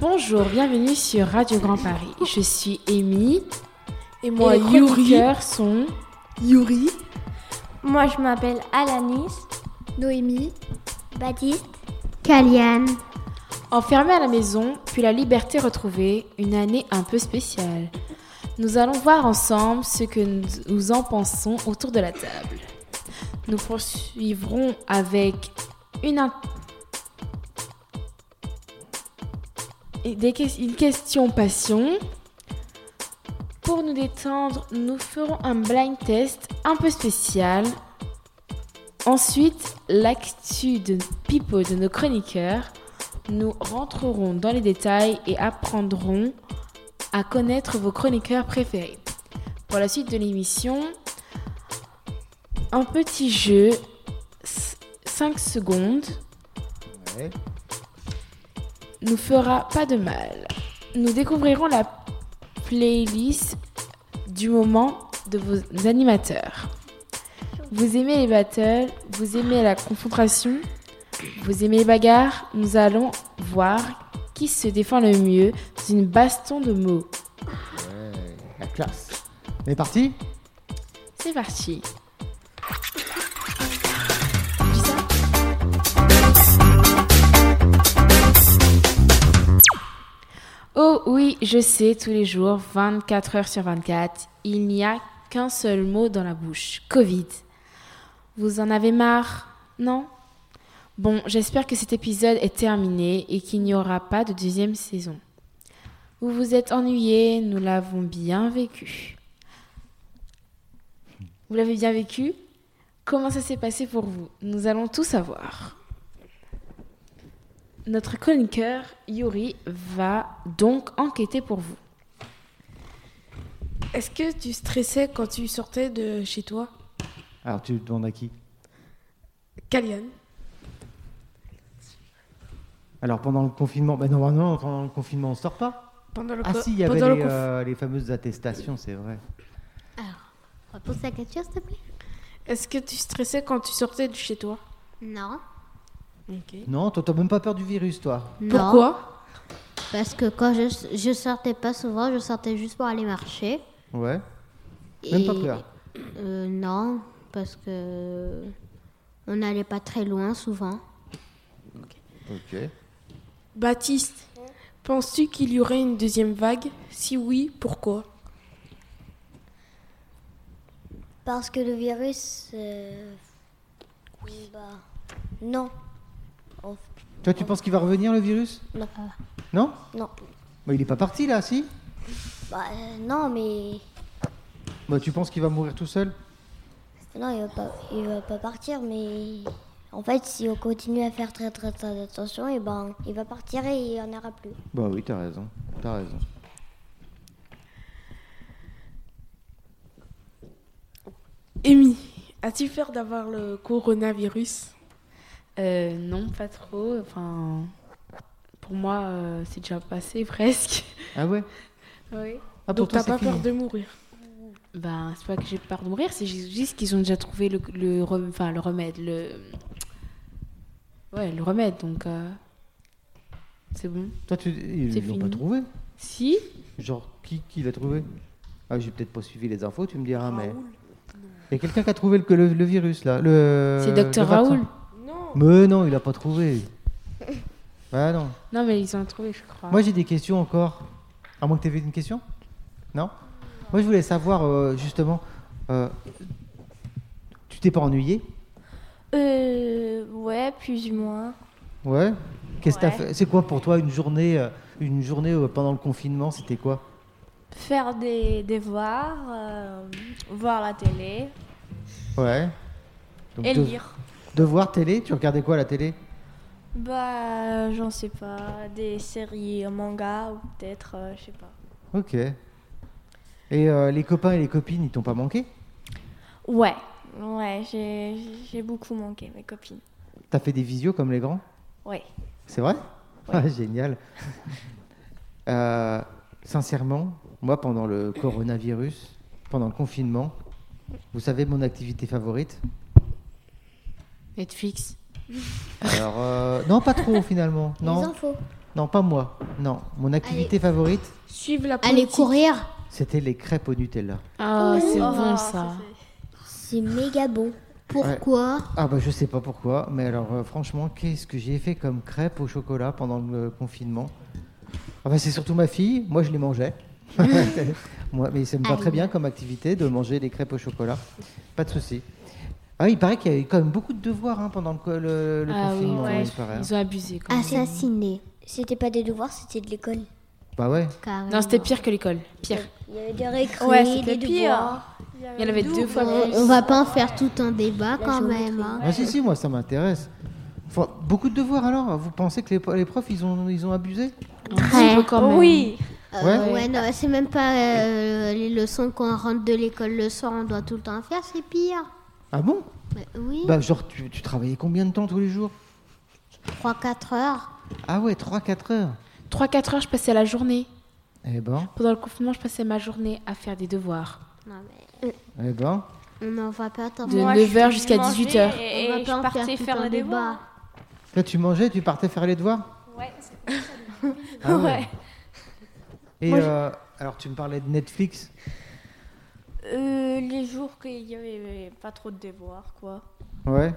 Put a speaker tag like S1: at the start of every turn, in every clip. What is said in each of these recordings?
S1: Bonjour, bienvenue sur Radio Grand Paris. Je suis Amy
S2: Et
S1: et les chroniqueurs sont
S2: Yuri.
S3: Moi, je m'appelle Alanis.
S4: Noémie,
S3: Baptiste.
S4: Kalian,
S1: enfermés à la maison, puis la liberté retrouvée, une année un peu spéciale. Nous allons voir ensemble ce que nous- nous en pensons autour de la table. Nous poursuivrons avec une, in- et des ques- une question passion. Pour nous détendre, nous ferons un blind test un peu spécial. Ensuite, l'actu de Pipo de nos chroniqueurs. Nous rentrerons dans les détails et apprendrons à connaître vos chroniqueurs préférés. Pour la suite de l'émission, un petit jeu, 5 secondes,
S5: Ouais.
S1: nous fera pas de mal. Nous découvrirons la playlist du moment de vos animateurs. Vous aimez les battles, vous aimez la confrontation, vous aimez les bagarres, nous allons voir qui se défend le mieux dans une baston de mots.
S5: Ouais, la classe. On est parti
S1: C'est parti. Oh oui, je sais, tous les jours, 24 heures sur 24, il n'y a qu'un seul mot dans la bouche. Covid. Vous en avez marre Non Bon, j'espère que cet épisode est terminé et qu'il n'y aura pas de deuxième saison. Vous vous êtes ennuyés, nous l'avons bien vécu. Vous l'avez bien vécu Comment ça s'est passé pour vous Nous allons tout savoir. Notre chroniqueur Yuri va donc enquêter pour vous.
S2: Est-ce que tu stressais quand tu sortais de chez toi
S5: Alors, tu demandes à qui
S2: Kalian.
S5: Alors, pendant le confinement, bah, normalement, pendant le confinement, on sort pas.
S2: Pendant le
S5: Ah,
S2: co-
S5: si, il y avait
S2: pendant le
S5: les,
S2: conf-
S5: euh, les fameuses attestations, c'est vrai.
S4: repose ta question s'il te plaît.
S2: Est-ce que tu stressais quand tu sortais de chez toi
S4: Non.
S5: Non, toi, t'as même pas peur du virus, toi.
S2: Pourquoi
S4: Parce que quand je, je sortais pas souvent, je sortais juste pour aller marcher.
S5: Ouais. Même pas
S4: Et-
S5: peur.
S4: Euh, Non, parce que on n'allait pas très loin souvent.
S5: Ok.
S2: Baptiste, penses-tu qu'il y aurait une deuxième vague Si oui, pourquoi
S6: Parce que le virus. euh, bah, non. On-
S5: Toi, tu penses qu'il va revenir, le virus
S6: Non.
S1: Ah.
S5: Non
S6: non.
S5: Bah, Il est pas parti, là, si
S6: Bah, euh, non, mais.
S5: bah, Tu penses qu'il va mourir tout seul
S6: Non, il va, pas, il va pas partir, mais. En fait, si on continue à faire très très très attention, et ben, il va partir et il n'y en aura plus.
S5: Bah oui, t'as raison. T'as raison.
S2: Amy, as-tu peur d'avoir le coronavirus
S1: Euh, non, pas trop. Enfin, pour moi, euh, c'est déjà passé presque.
S5: Ah ouais
S1: Oui.
S5: Ah, pour
S2: Donc
S5: toi,
S2: t'as
S5: c'est
S2: pas
S5: fini.
S2: peur de mourir
S1: Ben, c'est pas que j'ai peur de mourir, c'est juste qu'ils ont déjà trouvé le, le, rem- enfin, le remède. Le... Ouais, le remède, donc. euh, C'est bon.
S5: Toi, tu... ils
S1: C'est
S5: l'ont pas
S1: fini.
S5: trouvé
S1: Si
S5: Genre, qui, qui l'a trouvé Ah, j'ai peut-être pas suivi les infos, tu me diras, mais. Il y a quelqu'un qui a trouvé le, le- le virus, là. Le,
S1: C'est
S5: le
S1: Docteur
S5: vaccin.
S1: Raoul.
S2: Non.
S5: Mais non, il a pas trouvé. Ah non.
S1: Non, mais ils ont trouvé, je crois.
S5: Moi, j'ai des questions encore. À moins que tu aies une question Non Moi, je voulais savoir, euh, justement, euh, tu t'es pas ennuyé
S3: Euh, ouais, plus ou moins.
S5: Ouais Qu'est-ce que t'as
S3: Ouais.
S5: fait C'est quoi pour toi une journée, euh, une journée euh, pendant le confinement C'était quoi
S3: Faire des devoirs, euh, voir la télé
S5: Ouais. Donc,
S3: et
S5: de-
S3: lire.
S5: Devoir télé Tu regardais quoi à la télé
S3: Bah, j'en sais pas, des séries euh, manga ou peut-être, euh, je sais pas.
S5: Ok. Et euh, les copains et les copines, ils t'ont pas manqué
S3: Ouais, ouais, j'ai j'ai beaucoup manqué mes copines.
S5: T'as fait des visios comme les grands
S3: Ouais.
S5: C'est vrai Ah, Génial. Euh, sincèrement, moi, pendant le coronavirus, pendant le confinement, vous savez mon activité favorite
S1: Netflix.
S5: Alors, euh, non, pas trop finalement.
S6: Les
S5: Non,
S6: infos.
S5: Non, pas moi. Non, mon activité favorite,
S2: Suivre la
S4: Aller
S2: politique.
S4: courir
S5: c'était les crêpes au Nutella.
S1: Ah, c'est
S3: Oh,
S1: bon ça.
S6: C'est méga bon.
S4: Pourquoi
S5: Ah bah je sais pas pourquoi, mais alors euh, franchement, qu'est-ce que j'ai fait comme crêpes au chocolat pendant le confinement Ah bah c'est surtout ma fille, moi je les mangeais. moi, mais ça me va très bien comme activité de manger des crêpes au chocolat, pas de souci. Ah il paraît qu'il y a eu quand même beaucoup de devoirs hein, pendant le, co- le- le
S1: Ah oui,
S5: confinement, hein.
S1: ouais,
S5: il paraît.
S1: ils ont abusé quand même.
S4: Assassiner.
S6: C'était pas des devoirs, c'était de l'école.
S5: Bah ouais.
S4: Carrément.
S1: Non, c'était pire que l'école. Pire.
S6: Il y avait des récré,
S3: Ouais,
S6: des
S3: c'était
S6: devoirs.
S3: pire.
S1: Il y en avait deux fois plus.
S4: On va pas en faire tout un débat quand même. hein.
S5: Ah si si, moi ça m'intéresse. Enfin, beaucoup de devoirs alors Vous pensez que les, po- les profs ils ont ils ont abusé
S1: Un petit peu quand même.
S3: Oui.
S4: Euh,
S5: Ouais.
S4: ouais, non, c'est même pas euh, les leçons qu'on rentre de l'école le soir, on doit tout le temps faire, c'est pire.
S5: Ah bon
S4: Mais oui,
S5: Bah genre tu, tu travaillais combien de temps tous les jours
S4: 3-4 heures.
S5: Ah ouais, 3-4 heures.
S1: 3-4 heures, je passais la journée.
S5: Eh ben,
S1: Pendant le confinement, je passais ma journée à faire des devoirs.
S4: Non, mais
S5: eh ben.
S4: Euh, on n'en va pas tant.
S1: De
S4: On
S3: Moi,
S1: 9 heures
S3: je
S1: jusqu'à
S3: mangeais
S1: 18 heures.
S3: Et,
S4: va
S3: et
S4: pas en
S3: je partais
S4: tout
S3: faire
S4: un
S3: le débat.
S5: Là, tu mangeais, tu partais faire les devoirs
S3: Ouais.
S5: Ah ouais.
S3: Ouais.
S5: Et euh, alors, tu me parlais de Netflix.
S3: Euh, les jours qu'il y avait pas trop de devoirs, quoi.
S5: Ouais.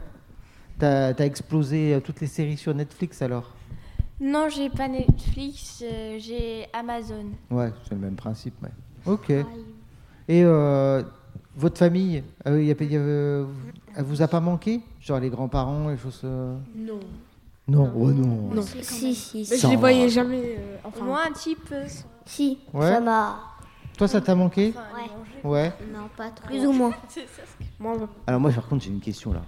S5: T'as as explosé euh, toutes les séries sur Netflix alors
S3: Non, j'ai pas Netflix, euh, j'ai Amazon.
S5: Ouais, c'est le même principe, ouais. Ok.
S4: Pareil.
S5: Et euh, votre famille, euh, y a- y a- euh, elle vous a pas manqué Genre les grands-parents, les choses. euh,
S2: Non.
S5: Non, oh non.
S6: Si, si,
S2: Mais
S6: si.
S2: je
S5: Sans-
S2: les voyais jamais. euh, enfin,
S3: Moi, un petit peu.
S6: Si,
S5: Ouais.
S6: ça m'a.
S5: Toi, ça t'a manqué
S3: Enfin,
S6: Ouais.
S3: manger.
S5: Ouais.
S4: Non, pas trop.
S6: Plus ou moins.
S2: moi,
S5: Alors moi, par contre, j'ai une question là.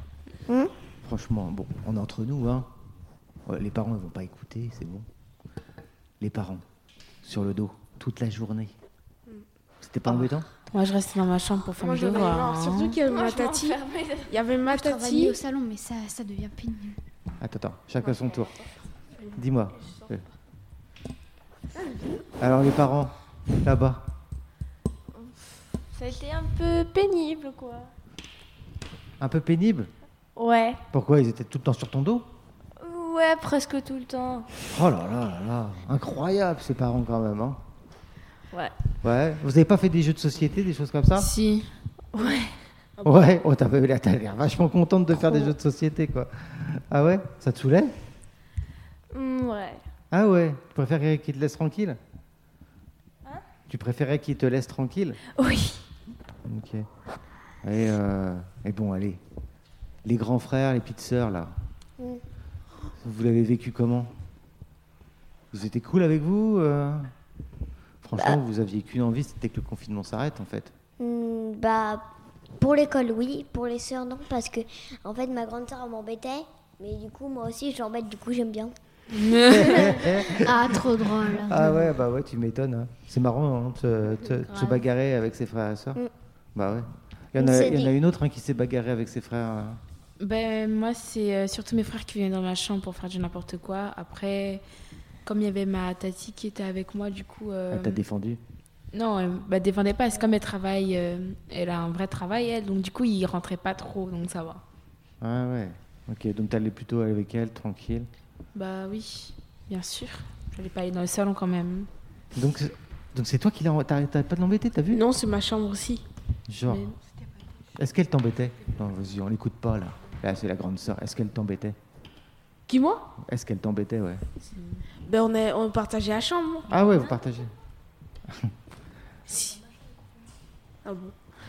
S5: Hein
S6: Hmm
S5: Franchement, bon, on est entre nous, hein. Ouais, les parents, ils vont pas écouter, c'est bon. Les parents, sur le dos, toute la journée. C'était pas embêtant
S1: Moi, je restais dans ma chambre pour faire
S2: moi,
S1: mes
S2: j'avais-
S1: devoirs.
S2: alors,
S1: hein.
S2: Surtout qu'il y avait
S3: Moi,
S2: ma
S3: je
S2: tati.
S3: m'enfermais dans-
S2: Il y avait ma
S7: travailler
S2: tati.
S7: au salon, mais ça, ça devient pénible.
S5: Attends, attends, chacun son tour. Dis-moi. Euh. Alors les parents, là-bas.
S3: Ça a été un peu pénible, quoi.
S5: Un peu pénible
S3: Ouais.
S5: Pourquoi ils étaient tout le temps sur ton dos
S3: Ouais, presque tout le temps.
S5: Oh là là là là Incroyable ces parents quand même, hein.
S3: Ouais.
S5: Ouais. Vous avez pas fait des jeux de société, des choses comme ça
S1: Si.
S5: Ouais, oh, t'as t'as l'air vachement contente de faire des jeux de société, quoi. Ah ouais Ça te soulève
S3: Mm, Ouais.
S5: Ah ouais Tu préférais qu'ils te laissent tranquille Tu préférais qu'ils te laissent tranquille
S3: Oui.
S5: Ok. Et, euh, et bon, allez. Les grands frères, les petites sœurs, là. Vous l'avez vécu comment Vous étiez cool avec vous euh Franchement, vous aviez qu'une envie, c'était que le confinement s'arrête, en fait.
S6: Hmm, bah, pour l'école, oui. Pour les sœurs, non. Parce que, en fait, ma grande sœur elle m'embêtait. Mais du coup, moi aussi, je l'embête. Du coup, j'aime bien.
S4: Ah, trop drôle.
S5: Ah ouais, bah ouais, tu m'étonnes. hein. C'est marrant hein, de se- de- de se bagarrer avec ses frères et sœurs.
S6: Mm.
S5: Bah ouais. Il y, en
S6: Mais
S5: a,
S6: c'est
S5: il y en a
S6: des-
S5: une autre hein, qui s'est bagarrée avec ses frères. hein.
S1: Ben, moi, c'est euh, surtout mes frères qui venaient dans ma chambre pour faire du n'importe quoi. Après, comme il y avait ma tati qui était avec moi, du coup. euh,
S5: Elle t'a défendu.
S1: Non, elle bah, défendait pas. C'est comme elle travaille. euh, elle a un vrai travail, elle. Donc, du coup, il rentrait pas trop. Donc, ça va.
S5: Ah ouais. Ok, donc t'allais plutôt avec elle, tranquille.
S1: Bah oui, bien sûr. J'allais pas aller dans le salon quand même.
S5: Donc c'est- donc c'est toi qui l'as. T'as t'as pas de l'embêter, t'as vu
S2: Non, c'est ma chambre aussi.
S5: Genre.
S1: Mais-
S5: Est-ce qu'elle t'embêtait Non, vas-y, on l'écoute pas là. Là, c'est la grande sœur. Est-ce qu'elle t'embêtait
S2: Qui, moi
S5: Est-ce qu'elle t'embêtait, ouais.
S2: Ben, on, est, on partageait la chambre.
S5: Ah ouais, vous partagez.
S2: Si. Ah bon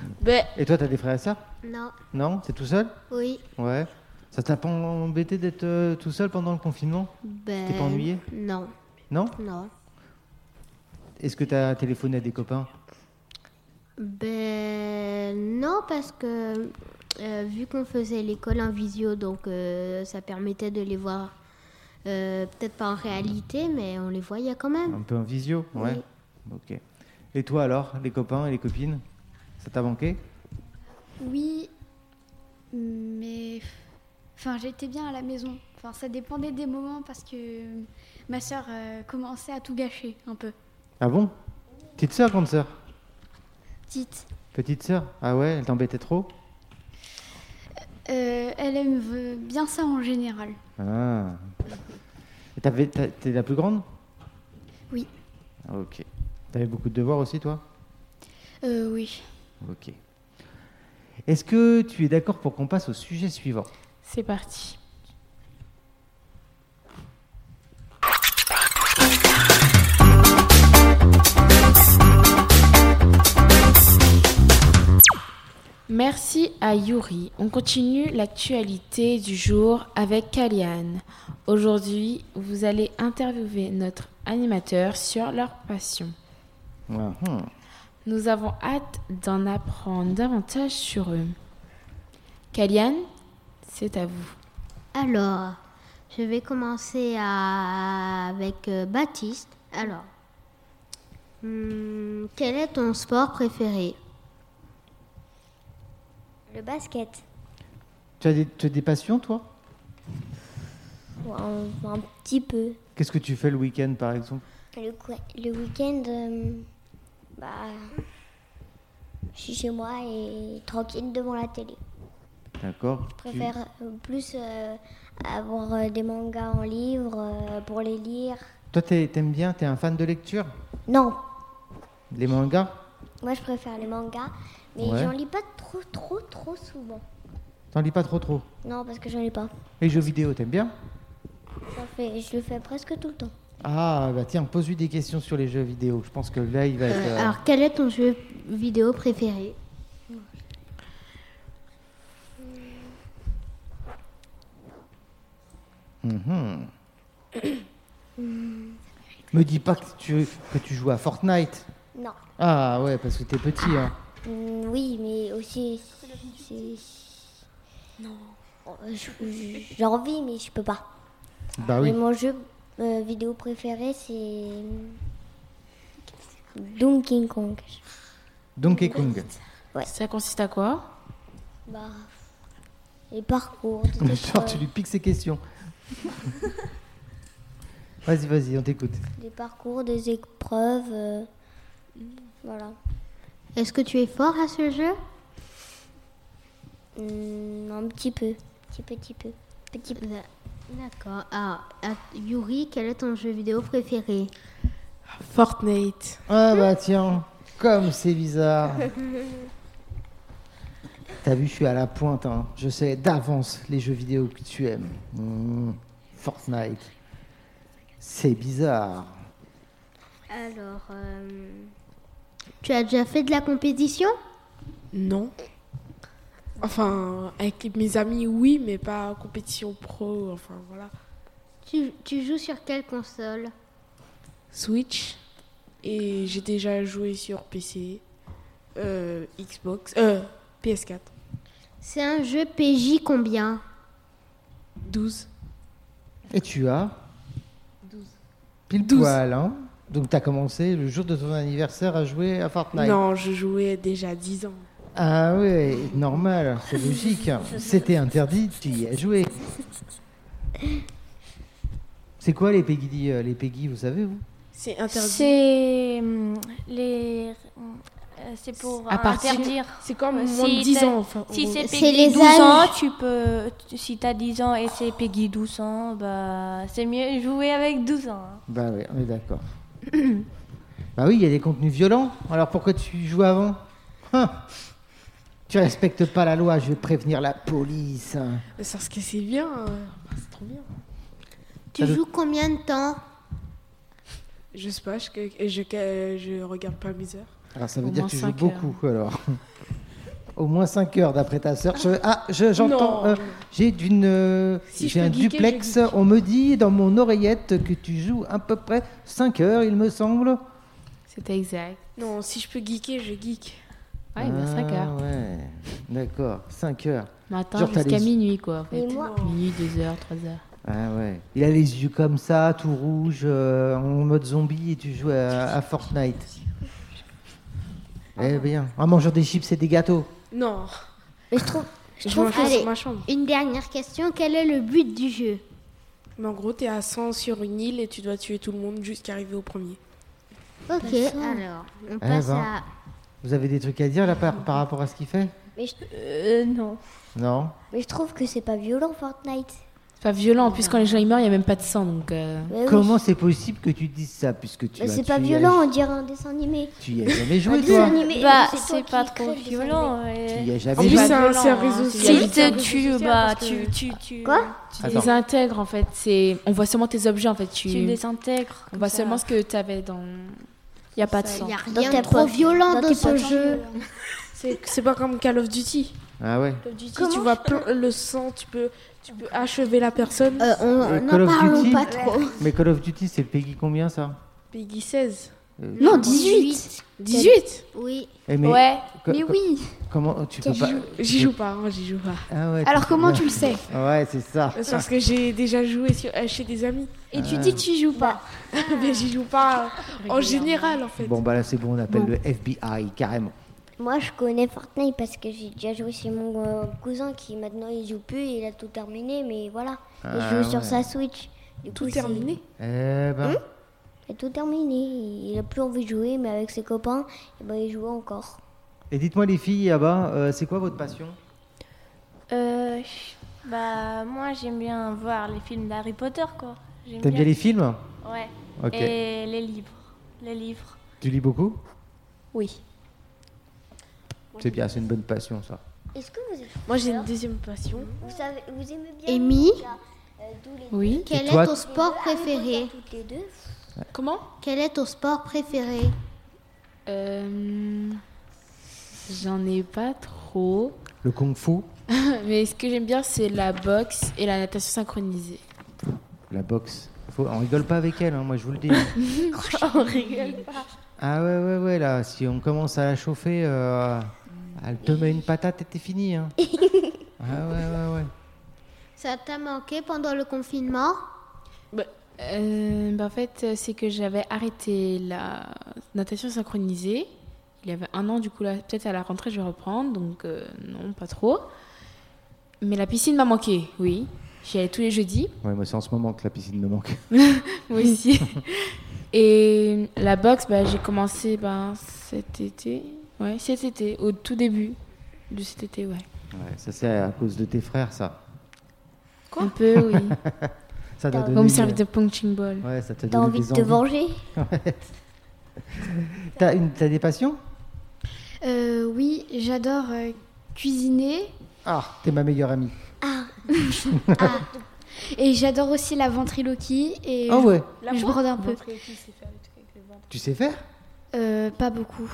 S5: Hmm.
S2: Ben,
S5: Et toi, t'as des frères et sœurs
S4: Non,
S5: Non T'es tout seul
S4: oui.
S5: Ouais. Ça t'a pas embêté d'être euh, tout seul pendant le confinement
S4: Ben,
S5: T'es pas ennuyé
S4: Non,
S5: Non
S4: non.
S5: Est-ce que tu as téléphoné à des copains
S4: Ben non, parce que euh, vu qu'on faisait l'école en visio, donc euh, ça permettait de les voir, euh, peut-être pas en réalité, mais on les voyait quand même.
S5: Un peu en visio Ouais.
S4: Oui.
S5: Ok. Et toi alors, les copains et les copines Ça t'a manqué
S7: Oui, mais. Enfin, j'étais bien à la maison. Enfin, ça dépendait des moments parce que ma soeur commençait à tout gâcher un peu.
S5: Ah bon Petite sœur, grande sœur
S7: Petite.
S5: Petite sœur Ah ouais, elle t'embêtait trop
S7: Euh, elle aime v- bien ça en général.
S5: Ah. Et t'avais- t'as- T'es la plus grande
S7: Oui.
S5: Ah, Ok. T'avais beaucoup de devoirs aussi, toi
S7: Euh, oui.
S5: Ok. Est-ce que tu es d'accord pour qu'on passe au sujet suivant
S1: C'est parti. Merci à Yuri. On continue l'actualité du jour avec Kalian. Aujourd'hui, vous allez interviewer notre animateur sur leur passion.
S5: Ah, hum.
S1: Nous avons hâte d'en apprendre davantage sur eux. Kalian, c'est à vous.
S4: Alors, je vais commencer à- avec euh, Baptiste. Alors, hum, quel est ton sport préféré
S6: Le basket.
S5: Tu as des, tu as des passions, toi
S6: Ouais, Un, un petit peu.
S5: Qu'est-ce que tu fais le week-end, par exemple
S6: Le, cou- le week-end, euh, bah, je suis chez moi et tranquille devant la télé.
S5: D'accord.
S6: Je préfère euh, plus euh, avoir euh, des mangas en livre euh, pour les lire.
S5: Toi, t'es- t'aimes bien T'es un fan de lecture
S6: Non,
S5: Les mangas
S6: moi je préfère les mangas, mais
S5: Ouais.
S6: j'en lis pas trop, trop, trop souvent.
S5: T'en lis pas trop trop
S6: Non, parce que j'en lis pas.
S5: Les jeux vidéo, t'aimes bien
S6: J'en fais- je le fais presque tout le temps.
S5: Ah, bah tiens, pose-lui des questions sur les jeux vidéo. Je pense que là, il va être...
S6: Ah.
S5: euh,
S4: Alors, quel est ton jeu vidéo préféré
S5: mhm. Me dis pas que tu, que tu joues à Fortnite.
S6: Non.
S5: Ah ouais, parce que t'es petit, hein.
S6: Mm, oui, mais aussi. c'est- Non. Je- je- J'ai envie, mais je peux pas.
S5: Bah oui.
S6: Et mon jeu euh, vidéo préféré, c'est. Donkey Kong.
S5: Donkey Kong.
S1: Ça consiste à quoi
S6: Bah. Les parcours. tout
S5: Mais
S6: ça,
S5: genre, tu lui piques ses questions. vas-y, vas-y, on t'écoute.
S6: Des parcours, des épreuves. euh, Voilà.
S4: Est-ce que tu es fort à ce jeu
S6: Mm, un petit peu. Petit, petit peu. Petit peu.
S4: D'a- D'accord. Alors, à- Yuri, quel est ton jeu vidéo préféré
S2: Fortnite.
S5: Ah bah tiens, comme c'est bizarre. T'as vu, je suis à la pointe. hein. Je sais d'avance les jeux vidéo que tu aimes. Mmh, Fortnite. C'est bizarre.
S4: Alors, euh, tu as déjà fait de la compétition
S2: Non. Enfin, avec mes amis, oui, mais pas en compétition pro. Enfin, voilà.
S4: tu, tu joues sur quelle console
S2: Switch. Et j'ai déjà joué sur PC, euh, Xbox, euh, PS4.
S4: C'est un jeu PJ combien
S2: 12.
S5: Et tu as 12. Pile
S2: 12.
S5: poil, hein. Donc t'as commencé le jour de ton anniversaire à jouer à Fortnite.
S2: Non, je jouais déjà 10 ans.
S5: Ah ouais, normal, c'est logique. C'était interdit, tu y as joué. C'est quoi les Peggy, euh, les Peggy, vous savez vous
S2: C'est interdit.
S3: C'est hum, les. hum, euh, C'est pour
S1: À
S3: euh,
S1: partir-
S3: interdire.
S2: C'est comme
S3: Euh,
S2: moins
S3: si
S2: de 10
S3: t'as-
S2: ans. Enfin,
S3: Si
S2: en
S3: c'est
S2: gros.
S4: C'est
S3: Peggy
S4: les
S3: 12
S4: âges.
S3: ans, tu peux. tu- Si t'as 10 ans et c'est Peggy 12 ans, bah c'est mieux jouer avec 12 ans. hein.
S5: Bah oui, on est d'accord. bah oui, il y a des contenus violents. Alors pourquoi tu joues avant Hein Tu respectes pas la loi, je vais prévenir la police.
S2: Mais Parce que c'est bien. euh, C'est trop bien.
S4: Tu
S5: Ça doit-
S4: joues combien de temps
S2: Je sais pas, je, je, je, regarde pas mes heures.
S5: Alors Ah, ça veut
S1: Au
S5: dire
S1: moins
S5: que tu joues
S1: cinq heures.
S5: beaucoup alors. Au moins 5 heures d'après ta sœur. Je- Ah, je- j'entends.
S2: Non.
S5: euh, j'ai d'une, euh,
S2: Si je
S5: j'ai
S2: peux
S5: un
S2: geeker, je
S5: duplex.
S2: geek.
S5: On me dit dans mon oreillette que tu joues à peu près 5 heures, il me semble.
S1: C'est exact.
S2: Non, si je peux geeker, je geek.
S1: Ouais, il
S5: Ah,
S1: 5 heures.
S5: Ouais, d'accord, 5 heures.
S1: Matin
S5: Genre, t'as
S1: jusqu'à
S5: les-
S1: minuit, quoi. en fait.
S6: Mais moi-
S1: Minuit, 2 heures, 3 heures.
S5: Ah ouais. Il a les yeux comme ça, tout rouge, euh, en mode zombie, et tu joues à, à Fortnite. Eh bien, en mangeant des chips et des gâteaux.
S2: Non,
S4: Mais je trouve,
S2: je joue un
S4: que
S2: peu sur ma chambre.
S4: Une dernière question, quel est le but du jeu
S2: Mais en gros, t'es à 100 sur une île et tu dois tuer tout le monde jusqu'à arriver au premier.
S4: Ok,
S1: Bah,
S4: alors, on passe
S5: ben.
S4: à...
S5: Vous avez des trucs à dire là par, par rapport à ce qu'il fait
S6: Mais je, euh, non.
S5: Non
S6: Mais je trouve que c'est pas violent Fortnite.
S1: C'est pas violent. En plus, quand les gens ils meurent, il n'y a même pas de sang. Donc, euh,
S6: Bah oui.
S5: Comment c'est possible que tu dises ça puisque tu
S6: Bah,
S5: as-
S6: c'est
S5: tu
S6: pas
S5: y as-
S6: violent, on dirait un dessin animé.
S5: Tu y as jamais
S6: Un
S5: joué
S6: dessin
S5: toi
S6: animé,
S3: Bah,
S6: c'est toi
S3: c'est
S6: qui
S3: pas
S6: crée
S3: trop
S6: le dessin
S3: violent.
S5: Tu
S3: et-
S5: y as
S2: En
S5: jamais
S2: plus,
S5: joué
S2: c'est un service
S1: hein,
S2: aussi.
S1: c'est-
S3: Si
S1: J'habite
S3: te
S1: en
S3: tue, bah, tu, tu, tu,
S6: Quoi
S1: tu
S5: Attends.
S1: les intègres en fait. C'est... On voit seulement tes objets en fait. Tu...
S3: tu les intègres.
S1: On voit seulement ce que tu avais dans.
S3: Il n'y a pas de
S7: ça,
S3: sang.
S4: Il n'y a
S6: Dans
S4: rien
S6: tes
S4: de trop
S6: poches.
S4: violent
S6: Dans
S4: dans
S6: tes
S4: ce
S6: poches.
S4: jeu.
S2: C'est c'est pas comme Call of Duty.
S5: Ah ouais.
S2: Call of Duty,
S4: Comment
S2: tu vois plein- le sang, tu peux, tu peux achever la personne.
S4: Euh, on
S5: Euh, Call
S4: n'en
S5: of
S4: parlons
S5: Duty.
S4: pas trop.
S5: Mais Call of Duty, c'est le Peggy combien ça
S2: Peggy 16.
S5: Euh,
S4: Non, 18.
S2: 18
S4: Oui.
S5: eh, mais
S3: Ouais.
S5: co-
S7: Mais
S5: co-
S7: oui
S5: Comment tu peux pas
S2: J'y joue pas, hein, j'y joue pas.
S5: Ah ouais,
S7: Alors comment tu le sais
S5: Ouais, c'est ça.
S2: C'est parce que j'ai déjà joué sur- euh, chez des amis.
S7: Et tu dis que tu y joues pas.
S2: Mais j'y joue pas euh, en général, en fait.
S5: Bon bah là c'est bon, on appelle le FBI carrément.
S6: Moi, je connais Fortnite parce que j'ai déjà joué chez mon euh, cousin qui maintenant il joue plus, il a tout terminé, mais voilà. Il
S5: Ah,
S6: joue
S5: ouais.
S6: sur sa Switch. Du
S2: Tout
S6: coup,
S2: terminé.
S5: Eh ben,
S6: c'est- Il a tout terminé. Il a plus envie de jouer, mais avec ses copains, eh ben, il joue encore.
S5: et dites-moi les filles là-bas, euh, c'est quoi votre passion
S3: Euh, bah, moi, j'aime bien voir les films d'Harry Potter, quoi. J'aime
S5: T'aimes bien les films
S3: Ouais.
S5: Ok.
S3: Et les livres. Les livres.
S5: Tu lis beaucoup
S3: Oui.
S5: C'est bien, c'est une bonne passion ça.
S6: Est-ce que vous,
S2: Moi, j'ai une deuxième passion.
S6: vous, savez, vous aimez bien
S4: Amy
S1: Oui.
S4: Quel
S5: Et toi-
S4: est ton sport préféré
S6: toutes les deux
S1: Comment
S4: Quel est ton sport préféré
S1: Euh, J'en ai pas trop.
S5: Le kung-fu,
S1: Mais ce que j'aime bien, c'est la boxe et la natation synchronisée.
S5: la boxe. Faut... On rigole pas avec elle, hein, moi je vous le dis. on rigole
S6: Oh,
S5: pas. Ah ouais ouais ouais là, si on commence à la chauffer, euh, elle te met une patate et t'es fini. Hein. ah ouais ouais ouais.
S4: Ça t'a manqué pendant le confinement
S1: Bah, Euh, bah, en fait, c'est que j'avais arrêté la natation synchronisée. Il y avait un an, du coup, là, peut-être à la rentrée, je vais reprendre. Donc, euh, non, pas trop. Mais la piscine m'a manqué, oui. J'y allais tous les jeudis,
S5: Ouais, moi c'est en ce moment que la piscine me manque.
S1: moi aussi. et la boxe, bah, j'ai commencé ben, cet été. Ouais, cet été, au tout début de cet été, ouais.
S5: Ouais, ça c'est à cause de tes frères ça.
S1: un peu, oui.
S5: Ça doit
S6: T'as-
S1: On me
S5: donner.
S1: servir de punching ball.
S5: Ouais, ça
S6: T'as
S5: t'a donné
S6: envie
S5: des
S6: de te
S5: envies.
S6: venger
S5: T'as une- t'as des passions
S7: Euh, oui, j'adore euh, cuisiner
S5: Ah, t'es ma meilleure amie.
S7: et j'adore aussi la ventriloquie et
S5: Ah
S7: je-
S5: ouais,
S7: je brode un peu.
S5: tu sais faire
S7: Euh, pas beaucoup.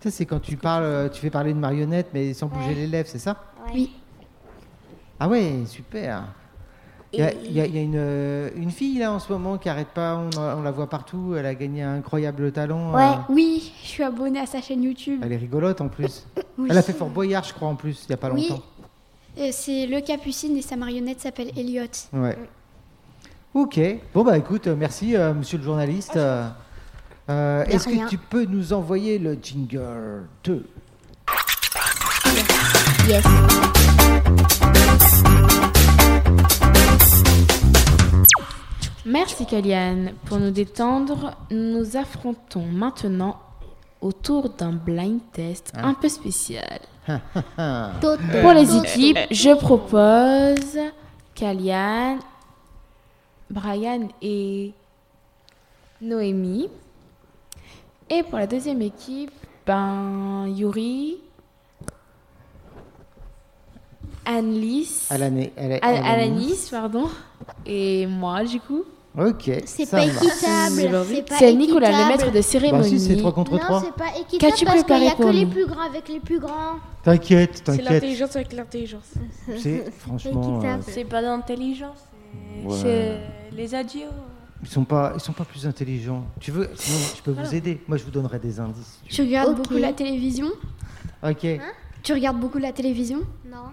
S5: Ça c'est quand tu parles, euh, tu fais parler une marionnette mais sans bouger les lèvres, c'est ça
S6: Ouais.
S7: Oui.
S5: Ah ouais, super. Il y a, il y a- il y a une, euh, une fille là en ce moment qui arrête pas, on, on la voit partout, elle a gagné un incroyable talent. euh,
S6: Ouais.
S7: Oui, je suis abonnée à sa chaîne YouTube.
S5: elle est rigolote en plus.
S7: Oui.
S5: Elle a fait Fort Boyard, je crois, en plus, il n'y a pas
S7: Oui.
S5: longtemps.
S7: Euh, C'est le capucine et sa marionnette s'appelle Elliot.
S5: Ouais. Ok. Bon bah écoute, euh, merci euh, monsieur le journaliste. Euh,
S4: Ah,
S5: euh,
S4: De
S5: Est-ce
S4: rien.
S5: que tu peux nous envoyer le jingle 2
S4: Yes.
S1: Merci Kaliane. Pour nous détendre, nous affrontons maintenant autour d'un blind test un peu spécial.
S3: Ah.
S1: Pour les équipes,
S4: Euh,
S1: je propose Kaliane, Brian et Noémie. Et pour la deuxième équipe, ben Yuri, Annelise,
S5: À l'année. à la-
S1: Al-
S5: à l'année.
S1: Alanis, pardon, et moi du coup.
S5: Ok.
S4: C'est
S5: ça
S4: pas
S5: marche.
S4: équitable. pas
S1: C'est Nicolas, le
S4: équitable.
S1: maître de
S5: Bah
S1: cérémonie.
S5: si, c'est 3 contre 3.
S4: Non, c'est pas équitable
S1: Qu'as-tu
S4: parce qu'il
S1: préparé
S4: n'y a que
S1: pour
S4: les
S1: nous
S4: plus grands avec les plus grands.
S5: T'inquiète,
S2: C'est
S5: t'inquiète.
S2: l'intelligence avec l'intelligence.
S5: C'est franchement, euh,
S4: équitable.
S3: C'est pas d'intelligence. c'est-
S5: Ouais.
S3: C'est les adieux.
S5: ils sont pas, ils sont pas plus intelligents. Tu veux Sinon, je peux vous aider. Moi, je vous donnerai des indices.
S7: Tu regardes
S4: Ok.
S7: beaucoup la télévision
S5: Ok.
S4: Hein
S7: Tu regardes beaucoup la télévision
S4: Non.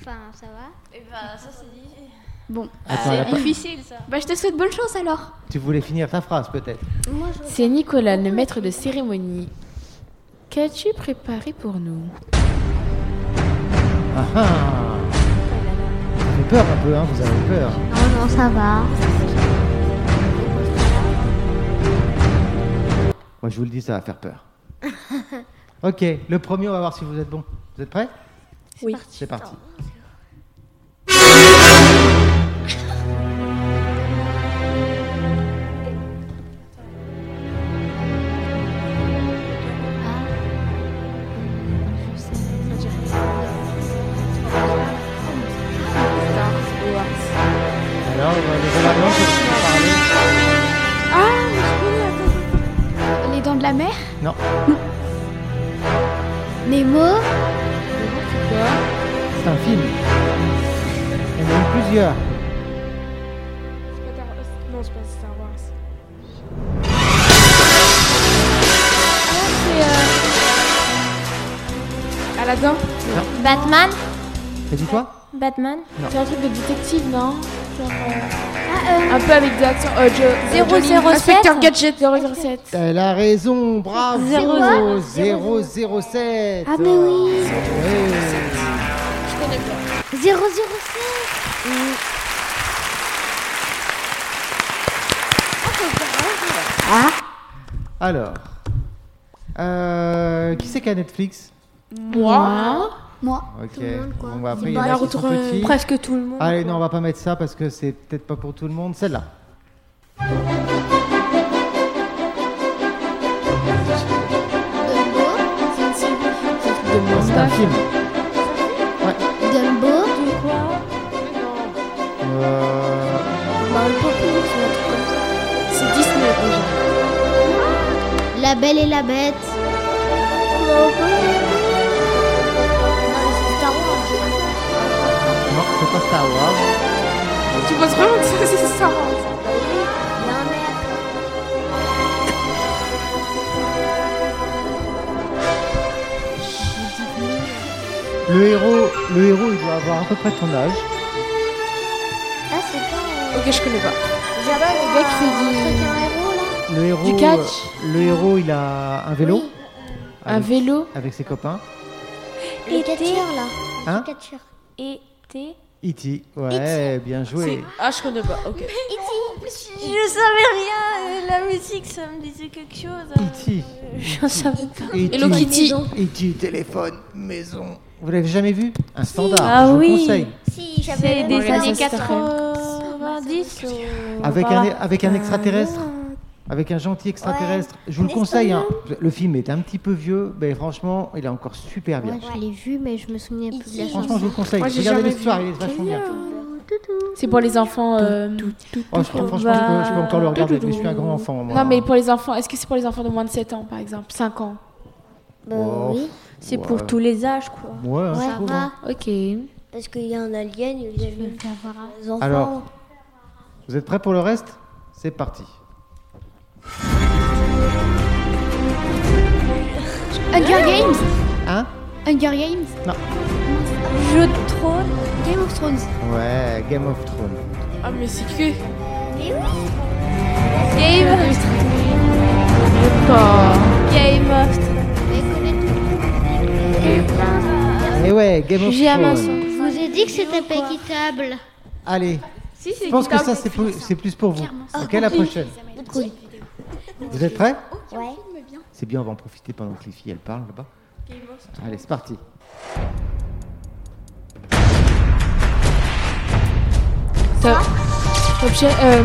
S4: Enfin, ça va.
S3: Et bah, ça, c'est dit.
S7: Bon,
S5: Attends, elle a pas-
S3: difficile, ça.
S7: bah je te souhaite bonne chance alors.
S5: tu voulais finir ta phrase peut-être.
S4: Moi, je
S1: C'est Nicolas, le maître de cérémonie. Qu'as-tu préparé pour nous
S5: Ah ah. Ça fait peur un peu, hein, Vous avez peur.
S4: Non, non, ça va.
S5: Moi, je vous le dis, ça va faire peur. ok, le premier, on va voir si vous êtes bon. Vous êtes prêts
S2: Oui.
S5: C'est parti. euh, un film. Il y en a eu plusieurs.
S2: C'est pas Star Wars. Non, c'est pas Star Wars. Aladdin
S3: Batman
S5: T'as dit quoi
S3: Batman
S1: C'est un truc de détective, non Genre, euh, Un peu avec des actions. Euh, jo, euh,
S3: Zéro,
S1: Johnny-
S3: zéro,
S1: Inspecteur
S3: sept.
S1: Gadget 007.
S5: Elle a raison, bravo
S3: Zéro,
S5: 007
S6: Ah, mais
S4: ben
S6: oui.
S5: Eh. Ouais.
S6: 007
S5: Ah! Alors, euh, qui c'est qu'à Netflix
S1: Moi
S7: Moi.
S5: Ok.
S4: Tout le monde, quoi.
S5: Bon, bah, après,
S4: C'est
S5: il y en
S4: pas
S5: a
S4: la
S5: qui sont petits.
S3: Presque tout le monde.
S5: Allez, non, on va pas mettre ça parce que c'est peut-être pas pour tout le monde. Celle-là.
S4: Euh, Dumbo,
S5: C'est un film.
S4: Dumbo,
S5: Euh,
S1: C'est Disney déjà.
S4: La Belle et la Bête.
S5: non, c'est pas Star Wars.
S2: Tu penses vraiment que ça, c'est Star Wars
S5: Le héros, le héros, il doit avoir à peu près ton âge.
S6: Ah, c'est pas.
S2: Ok, je connais pas.
S1: Le mec fait du,
S5: Le héros,
S1: Du catch.
S5: euh, le héros, il a un vélo
S1: un
S5: avec,
S1: vélo.
S5: avec ses copains.
S6: Le catcheur, là.
S5: Hein
S6: Le catcheur.
S3: Et t'es.
S5: E.T. E Ouais, bien joué.
S2: Ah, je connais pas, ok.
S3: Je savais rien, la musique ça me disait quelque chose.
S8: hein.
S5: E.T.
S8: Euh,
S3: J'en
S8: E
S3: savais pas.
S5: E.T.
S1: Hello Kitty.
S5: E.T. téléphone maison. Vous l'avez jamais vu Un standard.
S3: Ah
S5: je vous
S3: oui.
S5: conseille.
S6: Si,
S3: C'est
S6: j'avais
S3: des
S1: Regarde,
S3: années
S1: ça, c'est
S3: 90.
S6: euh,
S5: Avec
S3: Voilà.
S5: un avec un extraterrestre. Avec un gentil extraterrestre. Je vous le
S6: Un
S5: conseille. hein. Le film est un petit peu vieux, mais franchement, il est encore super bien.
S4: Moi, je l'ai vu, mais je me souviens plus de la
S6: Ici.
S5: Franchement, je
S4: chanson.
S5: vous le conseille.
S2: Moi, j'ai
S5: Regardez
S2: jamais
S5: l'histoire,
S2: vu.
S5: il est vachement bien.
S1: C'est pour les enfants. euh,
S5: Oh, je- franchement, je peux, je
S1: Bah,
S5: peux encore le regarder, mais je suis un grand enfant. Moi.
S1: Non, mais pour les enfants, est-ce que c'est pour les enfants de moins de 7 ans, par exemple 5 ans
S6: Bah
S5: Wow.
S6: oui,
S3: C'est
S5: Ouais.
S3: pour tous les âges quoi.
S5: Ouais, hein, je
S6: ça
S5: trouve,
S6: va.
S5: hein.
S1: Ok.
S6: Parce qu'il y a un alien, il y a les enfants.
S5: Alors. Vous êtes prêts pour le reste C'est parti.
S7: Hunger Games
S5: Hein
S7: Hunger Games
S3: Jeu de trône.
S7: Game of Thrones.
S5: Ouais, Game of Thrones.
S2: Ah, mais c'est que.
S3: Game of Thrones. Game of Thrones.
S5: Et Eh ouais, Game of
S3: J'ai un
S5: Thrones.
S3: mensonge.
S4: Je vous ai dit que c'était pas équitable.
S5: Allez,
S2: Si, c'est
S5: je pense que ça, c'est plus, c'est plus pour vous. Ok, la prochaine. Vous êtes prêts
S6: Ouais.
S5: C'est bien, on va en profiter pendant que les filles, elles parlent là-bas. Allez, c'est parti.
S1: Top. Top Chef, euh,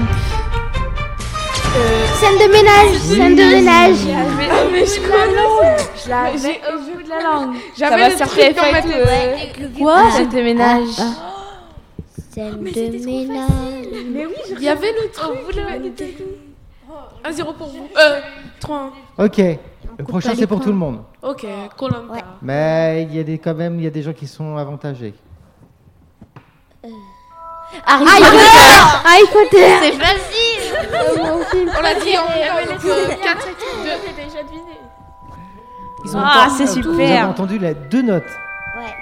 S4: euh, Scène de ménage, scène de ménage.
S2: Ah,
S1: je la mets au bout de la langue.
S2: J'avais
S1: ça va
S2: le
S1: sur
S2: truc dans ma
S1: TF1
S2: tête.
S1: avec le... Quoi Je
S2: Ah,
S1: déménage.
S6: Scène de ménage.
S2: Il y avait le truc. Un zéro pour vous. Euh, 3
S5: Ok, le prochain, c'est pour tout le monde.
S2: Ok, Colombe.
S5: Mais il y a des, quand même, il y a des gens qui sont avantagés.
S2: Euh.
S3: Harry
S2: Ah,
S4: Harry Potter.
S3: C'est facile.
S2: On l'a dit euh, en même 4
S5: Ils ont
S3: Ah,
S5: pas-
S3: c'est
S5: euh, Vous avez
S3: super.
S5: entendu les deux notes.
S6: Ouais.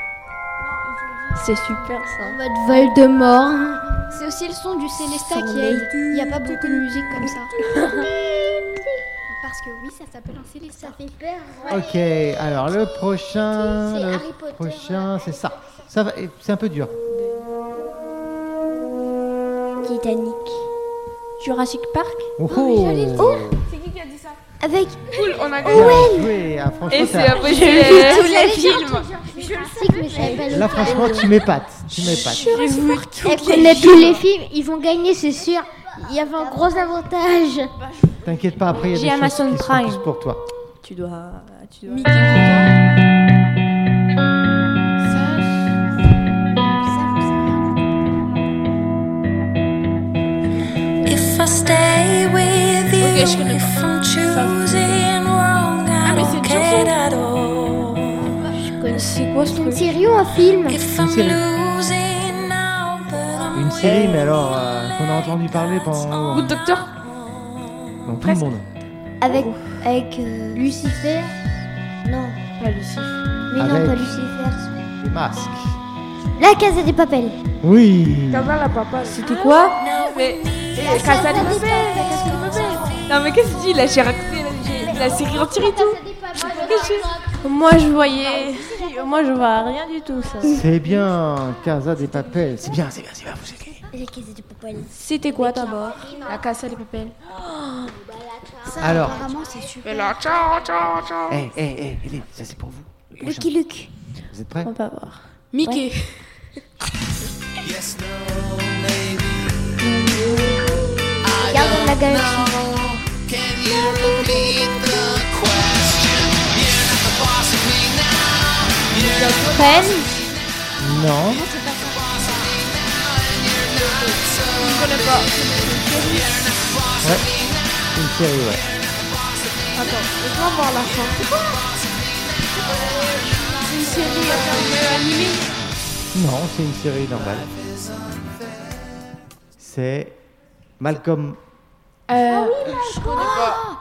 S3: C'est super ça.
S4: Votre Voldemort.
S7: C'est aussi le son du Célestat qui est. Il n'y a pas beaucoup de musique comme ça. Parce que oui, ça hein. s'appelle un Célestat.
S6: Ça fait peur.
S5: Ok, alors le prochain,
S6: C'est
S5: le
S6: Harry Potter,
S5: prochain, c'est ça. Ça va, eh, c'est un peu dur.
S6: Titanic.
S3: Jurassic Park.
S5: Oh, oh,
S6: Avec. Oh.
S2: On a
S5: bien joué. Ah, franchement, t'as-
S3: J'ai
S6: les films.
S4: mais je savais pas
S5: là
S4: lequel.
S5: franchement, tu m'épates, tu m'épates.
S3: vu
S4: Elle connaît tous les films, ils vont gagner, c'est sûr. Il y avait un gros avantage.
S5: T'inquiète pas, après il y a
S3: J'ai
S5: des choses
S3: Amazon
S5: qui sont
S3: Prime.
S5: plus pour toi.
S3: Tu dois. Tu dois.
S9: If I stay with you, if I'm choosing wrong, I don't care at all.
S8: C'est quoi ce
S4: Une
S8: truc
S4: série ou un film
S10: If I'm
S5: série.
S10: losing now, but I'm
S5: Une série, mais alors euh, qu'on a entendu parler pendant
S1: Good Doctor
S5: dans tout le monde.
S3: Avec. Avec. euh,
S4: Lucifer
S3: non.
S1: Pas Lucifer.
S3: Mais non,
S5: Avec.
S3: pas Lucifer.
S5: Les masques.
S3: La Casa des Papel.
S5: Oui.
S1: la papa. C'était
S8: Quoi
S1: Mais. eh, Casa de Papel, Casa de Papel. Non, mais qu'est-ce que tu dis là J'ai raconté la- j'ai- la série entière et tout.
S8: Moi je voyais. Moi je vois rien du tout ça.
S5: C'est bien, Casa des Papel. C'est bien, c'est bien, c'est bien. Vous savez.
S3: La Casa des Papel.
S8: C'était quoi d'abord
S1: La Casa de Papel.
S7: Ça,
S5: Alors. Eh,
S7: apparemment, c'est super.
S5: Hé, hé, hé, Hélène, ça c'est pour vous.
S3: Lucky Luke.
S5: Vous êtes prêts
S8: On va voir.
S2: Mickey.
S3: Garde la galaxie.
S5: Non. Ouais. Une série, ouais. Non, c'est une série normale. C'est Malcolm.
S10: Ah
S1: Euh,
S2: Je connais pas.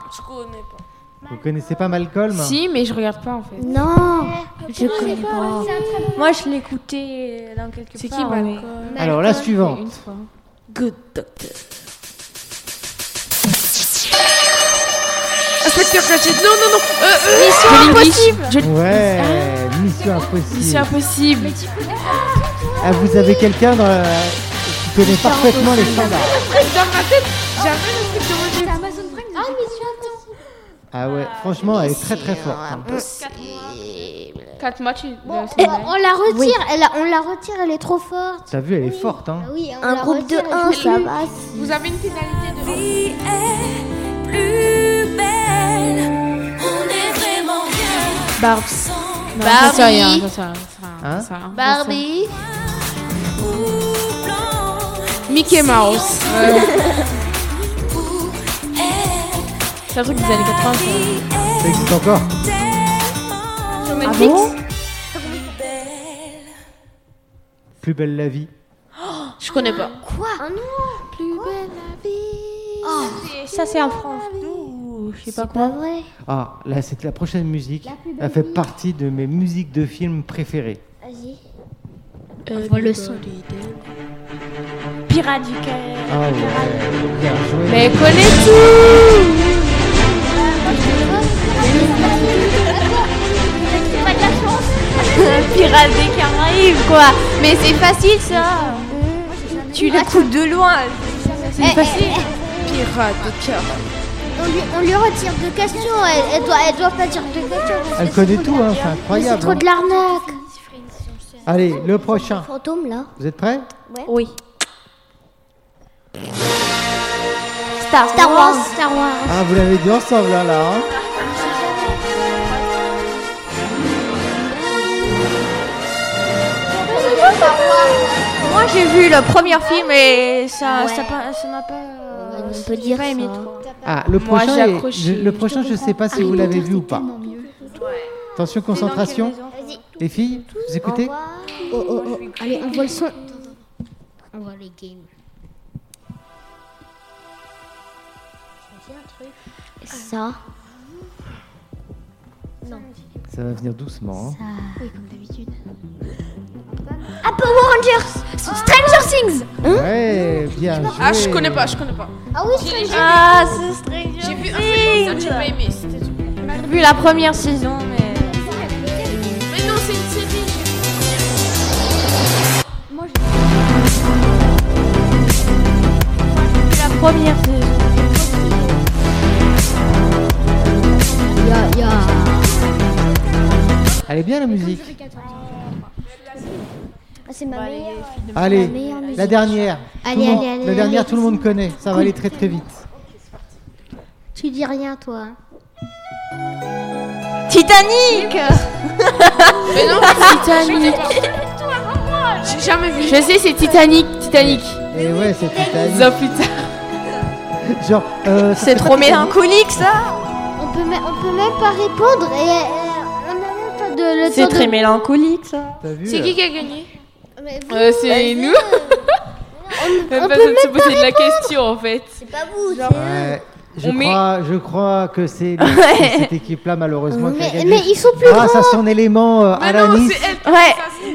S5: Vous connaissez pas Malcolm
S1: si, mais je regarde pas en fait.
S3: Non. Je connais pas.
S8: Moi je l'écoutais dans quelque part.
S2: C'est qui
S8: mais-
S2: Malcolm
S5: Alors la suivante.
S1: Une fois.
S2: Good Doctor. Ah, Euh,
S5: Ouais, Mission Impossible.
S1: Mission impossible.
S5: Ah, vous avez quelqu'un dans la- qui connaît parfaitement les standards.
S7: C'est Amazon Prime. Ah,
S5: Ah ouais, franchement, elle est très très forte. hein.
S1: 4 matchs.
S4: Eh, On la retire, elle a- on la retire, elle est trop forte.
S5: T'as vu, elle est forte. Hein.
S4: Oui, on la
S3: Un groupe de
S4: retire,
S3: 1,
S4: elle joue
S3: ça
S4: plus.
S3: va.
S1: Vous avez une pénalité de.
S10: vie est
S2: Euh,
S10: plus belle. On est vraiment bien
S1: Barbe.
S10: sans
S3: Bah
S1: Non, Bah ça sert à rien. Ça sert à rien,
S5: Hein
S1: ça sert à rien.
S4: Barbie.
S10: ou blanc.
S2: Mickey Mouse.
S10: Où est
S1: C'est un truc des années 80.
S10: vie
S1: ça.
S5: Ça existe encore
S10: est tellement
S1: Ah bon
S10: plus belle.
S5: Plus belle la vie.
S2: Je connais pas.
S4: Quoi Ah non Plus belle la vie. Oh,
S8: Ça c'est en France. Ouh, Je sais pas quoi.
S4: vrai.
S5: Ah, là, c'est que la prochaine musique.
S4: La plus belle
S5: Elle fait
S4: vie.
S5: partie de mes musiques de films préférées.
S4: Vas-y.
S3: Euh,
S2: le son.
S8: Pirates du Caraïbe.
S5: Ah ouais, bien joué.
S1: Mais elle connaît tout
S8: Pirates des Caraïbes quoi. Mais c'est facile ça. Tu l'écoutes de loin. Eh, C'est facile.
S4: On lui, on lui retire deux questions. Elle, elle doit, elle doit pas dire deux questions. parce
S5: Elle
S4: que
S5: connaît
S4: c'est
S5: tout,
S4: trop de
S5: hein,
S4: la
S5: c'est
S4: merde.
S5: incroyable.
S4: C'est trop de l'arnaque.
S5: Allez, le prochain.
S3: Fantôme là.
S5: Vous êtes prêts
S8: eh, Oui.
S3: Star, Wars. Star Wars.
S5: Ah, vous l'avez dit ensemble, hein, là. hein.
S8: Moi j'ai vu le premier film et ça
S3: Ouais.
S8: ça pas- ça m'a pas.
S3: On
S8: j'ai
S3: peut dire
S8: pas aimé
S3: ça.
S8: trop.
S5: Ah, le
S1: Moi,
S5: prochain,
S1: j'ai
S5: est-
S1: accroché.
S5: je, le prochain, je sais pas si vous l'avez vu ou pas. Attention, concentration.
S3: Vas-y.
S5: Les filles, vous écoutez
S4: Oh, oh, oh. Allez, on voit le son. On voit les games.
S3: Ça.
S5: Ça va venir doucement. hein.
S3: Ah, Power Rangers. Stranger Things.
S5: Ouais, bien joué.
S2: Ah, je connais pas, je connais pas.
S3: Ah oui, Stranger
S8: Ah, c'est Stranger
S2: J'ai vu un film, j'ai
S8: Things.
S2: pas aimé. c'était tout.
S8: J'ai vu la première saison mais.
S2: Mais non, c'est une série.
S8: La première saison.
S5: Elle est bien, la musique.
S3: Ah, c'est
S6: Bah,
S3: ma meilleure.
S5: Allez, la dernière. Tout le
S4: Allez,
S5: monde-
S4: allez, allez,
S5: La dernière, tout le monde connaît. Ça va aller très, très vite.
S4: Tu dis rien, toi.
S8: Titanic.
S2: Mais non,
S1: Titanic.
S2: j'ai jamais vu.
S1: Je sais, c'est Titanic. Titanic.
S5: Et Eh ouais, c'est Titanic.
S1: Zo putain.
S5: Genre, euh,
S8: C'est trop mélancolique ça.
S4: On peut, mê- on peut même pas répondre et euh, on n'a même pas de de le
S8: C'est
S4: tour de-
S8: très mélancolique ça.
S5: T'as vu euh,
S1: C'est
S5: là
S1: qui qui a gagné
S6: Mais vous,
S1: Euh, C'est nous Même pas besoin de se poser de la question en fait.
S6: c'est pas vous. c'est eux.
S5: Ouais, je,
S1: On met-
S5: crois, je crois que c'est le- c'est cette équipe-là, malheureusement, qui a
S4: Mais,
S5: gagné.
S4: mais ils sont plus
S5: Grâce à son élément euh, Alanis.
S8: Ouais.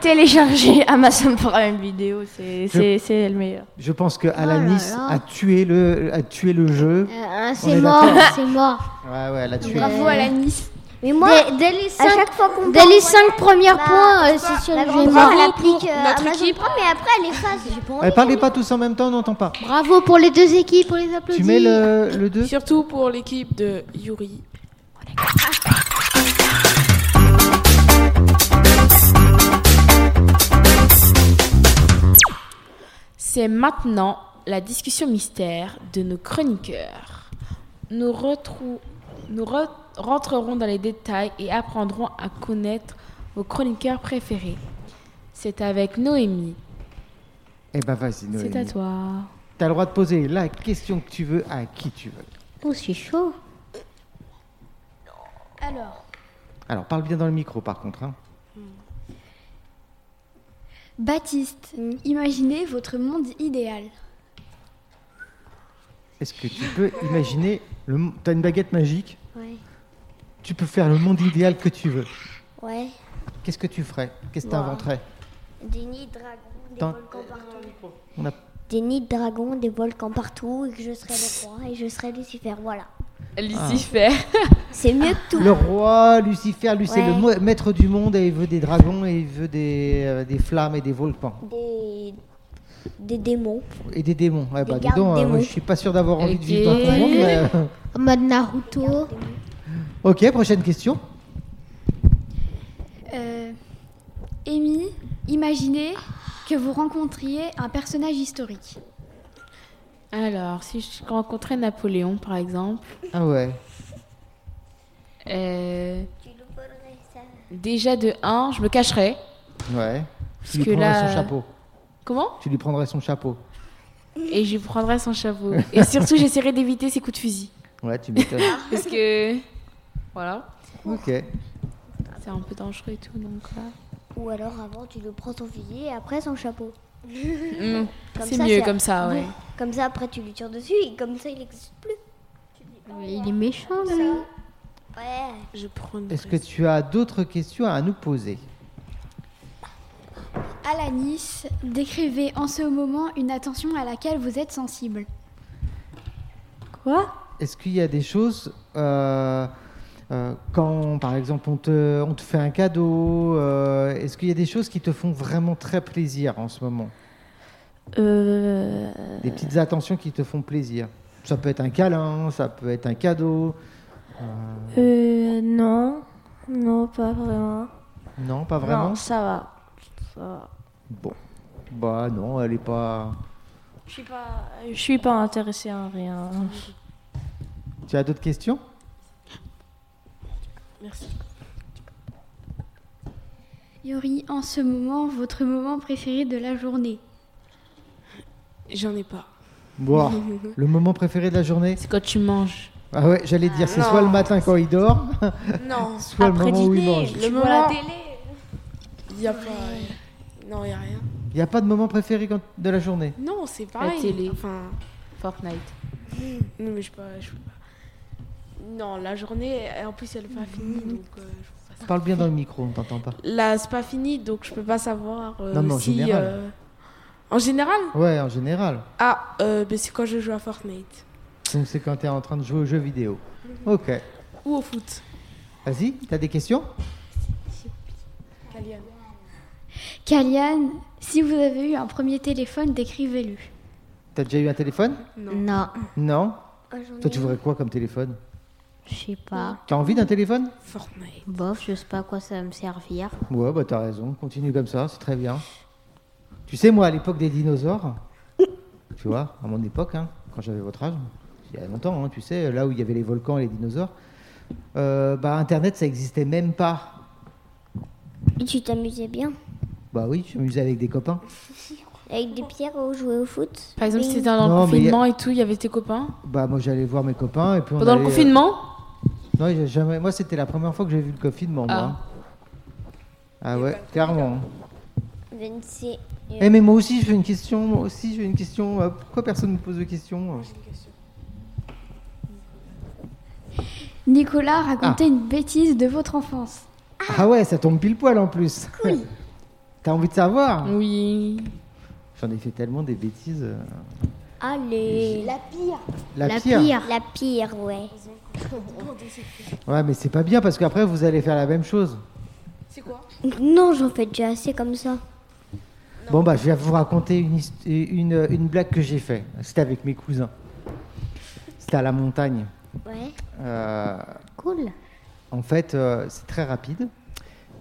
S8: Télécharger Amazon Prime Vidéo, c'est c'est- c'est le meilleur.
S5: Je pense que Alanis
S4: Ah là là.
S5: a tué le, a tué le jeu.
S4: Euh,
S5: On
S4: c'est
S5: est
S4: mort,
S5: d'accord.
S4: c'est mort.
S5: Ouais, ouais, elle a tué.
S7: Bravo à la Nice.
S6: Mais moi,
S4: Dès, dès les
S6: à
S4: 5
S6: chaque fois qu'on
S4: dès
S6: parle,
S4: les
S6: moi,
S4: cinq premiers
S6: Bah,
S4: points, euh, c'est sûr
S6: la
S4: que je vais
S6: grande
S4: mort.
S6: sœur, elle applique euh,
S1: notre
S6: Amazon
S1: équipe.
S6: Prime, mais après elle efface. J'ai pas
S5: Ouais,
S6: envie.
S5: Eh, parlez pas tous en même temps, n'entends pas.
S4: Bravo pour les deux équipes, pour les applaudit.
S5: Tu mets le, le 2
S2: Surtout pour l'équipe de Yuri.
S1: C'est maintenant la discussion mystère de nos chroniqueurs. Nous, retrou- nous re- rentrerons dans les détails et apprendrons à connaître vos chroniqueurs préférés. C'est avec Noémie.
S5: Eh ben vas-y, Noémie.
S1: C'est à toi.
S5: T'as le droit de poser la question que tu veux à qui tu veux.
S4: Oh, c'est chaud.
S7: Alors,
S5: Alors parle bien dans le micro par contre. hein.
S7: Hmm. Baptiste, imaginez votre monde idéal.
S5: Est-ce que tu peux imaginer le mo- T'as une baguette magique.
S6: Ouais.
S5: Tu peux faire le monde idéal que tu veux.
S6: Ouais.
S5: Qu'est-ce que tu ferais Qu'est-ce que t'inventerais
S6: Des nids de dragons, des
S5: Tant-
S6: volcans partout.
S5: On a-
S6: Des nids de dragons, des volcans partout, et que je serai le roi, et je serai Lucifer. Voilà.
S1: Lucifer.
S4: Ah.
S6: C'est mieux que tout.
S5: Le roi Lucifer, lui c'est
S6: Ouais.
S5: le mo- maître du monde et il veut des dragons et il veut des, euh, des flammes et des volcans
S6: Des... des démons.
S5: et des démons. Ouais, bah, dis
S6: gardes
S5: donc, euh,
S6: démons.
S5: je suis pas sûr d'avoir envie de
S1: Ok.
S5: vivre dans ton monde. mais, euh,
S4: En mode Naruto.
S5: Ok, prochaine question.
S7: Euh, Amy, imaginez que vous rencontriez un personnage historique.
S1: Alors, si je rencontrais Napoléon par exemple,
S5: Ah ouais.
S1: euh,
S6: Tu nous volerais ça.
S1: déjà de 1, je me cacherais.
S5: Ouais.
S1: Parce
S5: Tu lui
S1: que
S5: prendrais
S1: là-
S5: son chapeau.
S1: Comment
S5: Tu lui prendrais son chapeau.
S1: Et je prendrais son chapeau. Et surtout, j'essaierai d'éviter ses coups de fusil.
S5: Ouais, tu m'étonnes.
S1: Parce que. Voilà.
S5: ok.
S1: C'est un peu dangereux et tout, donc. là.
S6: Ou alors avant, tu lui prends son fusil et après son chapeau.
S1: Mm.
S6: Comme
S1: C'est
S6: ça,
S1: mieux
S6: c'est-
S1: comme ça, ouais.
S6: Comme ça, après, tu lui tires dessus et comme ça, il n'existe plus. oh,
S4: Il est méchant, là.
S6: Ouais.
S2: Je prends
S5: Est-ce que tu as d'autres questions à nous poser
S7: Alanis, décrivez en ce moment une attention à laquelle vous êtes sensible.
S8: Quoi
S5: Est-ce qu'il y a des choses euh, euh, quand, par exemple, on te, on te fait un cadeau euh, Est-ce qu'il y a des choses qui te font vraiment très plaisir en ce moment
S8: euh,
S5: Des petites attentions qui te font plaisir Ça peut être un câlin, ça peut être un cadeau. Euh,
S8: euh, non. Non, pas vraiment.
S5: non, pas vraiment.
S8: Non, ça va. Ça va.
S5: Bon, bah non, elle est pas.
S8: Je suis pas, je suis pas intéressée à rien.
S5: Tu as d'autres questions
S2: Merci.
S7: Yori, en ce moment, votre moment préféré de la journée.
S2: J'en ai pas.
S5: Bon, le moment préféré de la journée
S1: C'est quand tu manges.
S5: Ah ouais, j'allais dire, c'est
S2: non.
S5: soit le matin quand il dort,
S2: Non.
S5: soit le moment où il mange.
S2: Le moment. Il y a pas. Non, il y a rien.
S5: Il n'y a pas de moment préféré quand- de la journée.
S2: Non, c'est pareil.
S1: télé.
S2: Enfin,
S1: Fortnite.
S2: non, mais je sais pas. Je peux pas. Non, la journée, en plus, elle est pas finie,
S1: Mhm.
S2: donc euh, je peux pas savoir.
S5: Parle bien dans le micro, on t'entend pas.
S2: Là, c'est pas fini, donc je peux pas savoir euh,
S5: Non, mais en
S2: si.
S5: général.
S2: euh, En général
S5: Ouais, en général.
S2: Ah, euh, ben, c'est quand je joue à Fortnite.
S5: Donc c'est quand tu es en train de jouer aux jeux vidéo. Ok.
S2: Ou au foot.
S5: Vas-y, t'as des questions
S7: Kalian, si vous avez eu un premier téléphone, décrivez-le.
S5: T'as déjà eu un téléphone
S2: Non.
S4: Non,
S5: Non
S6: Ah, j'en ai
S5: Toi, tu voudrais quoi comme téléphone
S4: je sais pas.
S5: T'as envie d'un téléphone
S2: Fortnite.
S4: Bof, je sais pas à quoi ça va me servir.
S5: Ouais, bah t'as raison, continue comme ça, c'est très bien. Tu sais, moi, à l'époque des dinosaures, tu vois, à mon époque, hein, quand j'avais votre âge, il y a longtemps, hein, tu sais, là où il y avait les volcans et les dinosaures, euh, bah Internet, ça existait même pas.
S6: Et tu t'amusais bien
S5: Bah oui, je m'amusais avec des copains.
S6: avec des pierres ou jouer au foot.
S1: Par exemple,
S6: Mais-
S1: si c'était dans
S5: Non,
S1: le
S5: mais il y a-
S1: confinement et tout, il y avait tes copains.
S5: Bah moi j'allais voir mes copains et puis on
S1: Pendant le
S5: allait- euh,
S1: confinement
S5: Non, j'ai jamais... moi c'était la première fois que j'ai vu le confinement.
S1: Ah.
S5: Moi. Ah ouais, carrément.
S6: Vinci.
S5: Eh mais moi aussi j'ai une question, moi aussi j'ai une question. Euh, Pourquoi personne ne me pose de questions
S7: Nicolas racontait une bêtise de votre enfance.
S5: Ah ouais, ça tombe pile poil en plus. T'as envie de savoir
S1: Oui.
S5: J'en ai fait tellement des bêtises. euh.
S6: Allez. La pire.
S5: La,
S4: La
S5: pire.
S4: pire.
S6: La pire, ouais.
S5: Ouais, mais c'est pas bien parce qu'après vous allez faire la même chose.
S6: Non, j'en fais déjà assez comme ça.
S5: Bon bah je vais vous raconter une, hist- une, une blague que j'ai faite. C'était avec mes cousins. C'était à la montagne.
S6: Ouais.
S5: Euh,
S4: Cool.
S5: En fait, euh, c'est très rapide.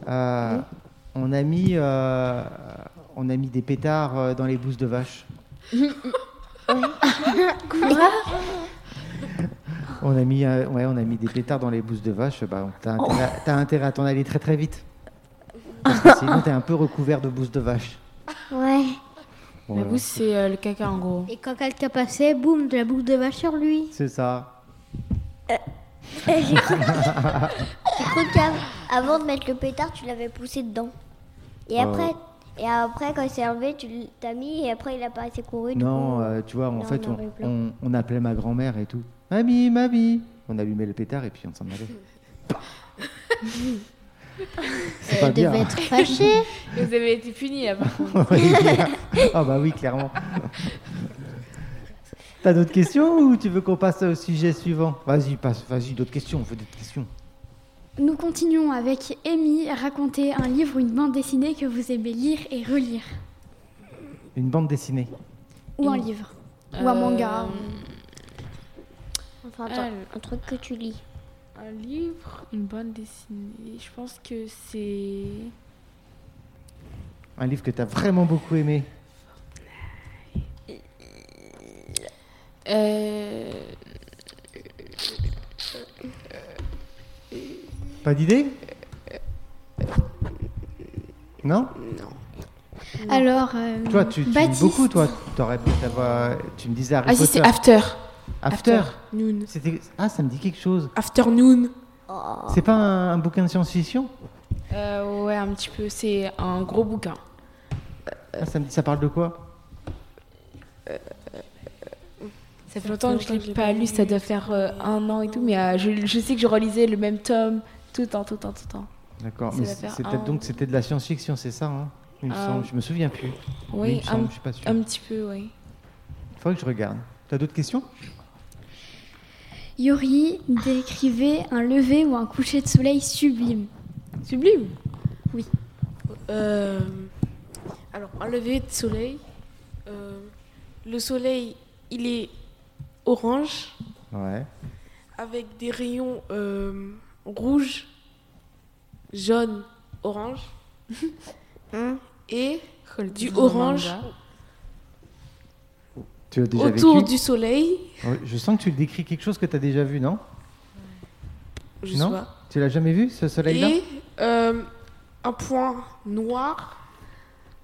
S5: Euh, on, a mis, euh, on a mis des pétards euh, dans les bouses de vache. Quoi on a, mis, euh, ouais, on a mis des pétards dans les bouses de vache. Bah, donc, T'as intérêt, à- t'as intérêt à t'en aller très très vite. Parce que sinon, t'es un peu recouvert de bouses de vache.
S6: Ouais.
S1: La
S5: Voilà.
S1: bouse, c'est euh, le caca en gros.
S4: Et quand quelqu'un passait, boum, de la boucle de vache sur lui.
S5: C'est ça.
S6: Regarde, avant de mettre le pétard, tu l'avais poussé dedans.
S5: Euh.
S6: Et après, et après quand il s'est enlevé, tu l'as mis et après il a pas assez couru. du
S5: Non,
S6: coup.
S5: euh, tu vois, en
S6: Non,
S5: fait,
S6: on
S5: on,
S6: aurait eu plein.
S5: on- on appelait ma grand-mère et tout. Mamie, mamie On allumait le pétard et puis on s'en allait. C'est pas
S4: Euh, Elle
S5: bien.
S4: devait être fâchée.
S1: Vous avez été puni là par contre.
S5: Ah bah oui, clairement. T'as d'autres questions ou tu veux qu'on passe au sujet suivant Vas-y, passe, vas-y, d'autres questions, on veut d'autres questions.
S7: Nous continuons avec Amy raconter un livre ou une bande dessinée que vous aimez lire et relire.
S5: Une bande dessinée.
S7: Ou
S1: Euh,
S7: un livre. Ou un manga.
S6: Enfin, attends,
S1: Elle.
S6: un truc que tu lis.
S1: Euh, Un livre, une bande dessinée. Je pense que c'est.
S5: Un livre que t'as vraiment beaucoup aimé.
S1: Euh,
S5: Pas d'idée Non
S7: Alors, euh,
S5: Toi, tu, tu lis
S7: Baptiste,
S5: beaucoup, toi. T'aurais pu savoir- Tu me disais Harry
S1: Ah si,
S5: Potter.
S1: c'est After.
S5: After.
S2: Noon.
S5: C'était... Ah, ça me dit quelque chose.
S2: Afternoon.
S6: Oh.
S1: Oh.
S5: C'est pas un, un bouquin de science-fiction
S1: Euh, ouais, un petit peu. C'est un gros bouquin. Euh.
S5: Ah, ça, me dit- ça parle de quoi
S1: Ça fait longtemps que je l'ai pas lu, ça doit faire euh, un an et tout, mais euh, je, je sais que je relisais le même tome tout le temps, tout le temps, tout le temps.
S5: D'accord.
S1: Ça
S5: mais
S1: va
S5: c'est-
S1: faire
S5: c'était-
S1: un-
S5: donc c'était de la science-fiction, c'est ça hein Il me
S1: Euh,
S5: semble, je me souviens plus. Mais il
S1: Oui,
S5: me semble,
S1: un,
S5: je suis pas sûr.
S1: un petit peu, oui.
S5: Faudrait que je regarde. T'as d'autres questions
S7: Yori décrivait un lever ou un coucher de soleil sublime.
S2: Sublime
S7: Oui.
S2: Euh, alors, un lever de soleil. Euh, le soleil, il est orange
S5: Ouais.
S2: avec des rayons euh, rouge, jaune, orange.
S6: Hein
S2: Et
S6: Oh,
S2: du orange
S5: Tu as déjà
S2: autour
S5: vécu
S2: du soleil.
S5: Ouais, Je sens que tu décris quelque chose que t'as déjà vu, non
S2: Je
S5: Non
S2: sais pas.
S5: Tu l'as jamais vu, ce soleil-là
S2: Et euh, un point noir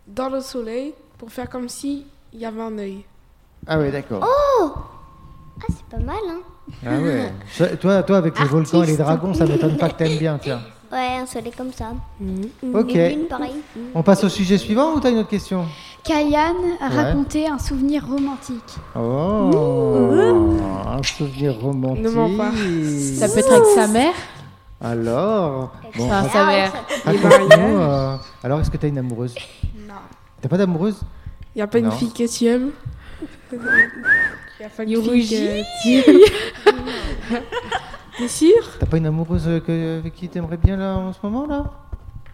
S2: dans le soleil pour faire comme si il y avait un œil.
S5: Ah ouais,
S1: Oh.
S5: d'accord.
S6: Oh Ah, c'est pas mal, hein.
S5: ah ouais.
S2: Oh.
S5: Ça- toi, toi, avec les volcans et les dragons, ça m'étonne pas que t'aimes bien, tiens.
S6: Ouais, un soleil comme ça.
S8: Mhm.
S5: Ok.
S6: Des lunes, pareil.
S5: On passe au sujet suivant ou t'as une autre question
S7: Kayan racontait un souvenir romantique.
S5: Oh Un souvenir romantique.
S2: Ne mens pas.
S1: Ça peut être avec sa mère
S5: Alors bon,
S1: Enfin, sa mère.
S5: Raconte-nous. euh, alors, est-ce que t'as une amoureuse Non. T'as pas d'amoureuse
S2: Il n'y a pas
S5: Non.
S2: une fille que tu aimes Il n'y a pas une fille que tu T'es sûr
S5: T'as pas une amoureuse euh, que, avec qui t'aimerais bien là en ce moment là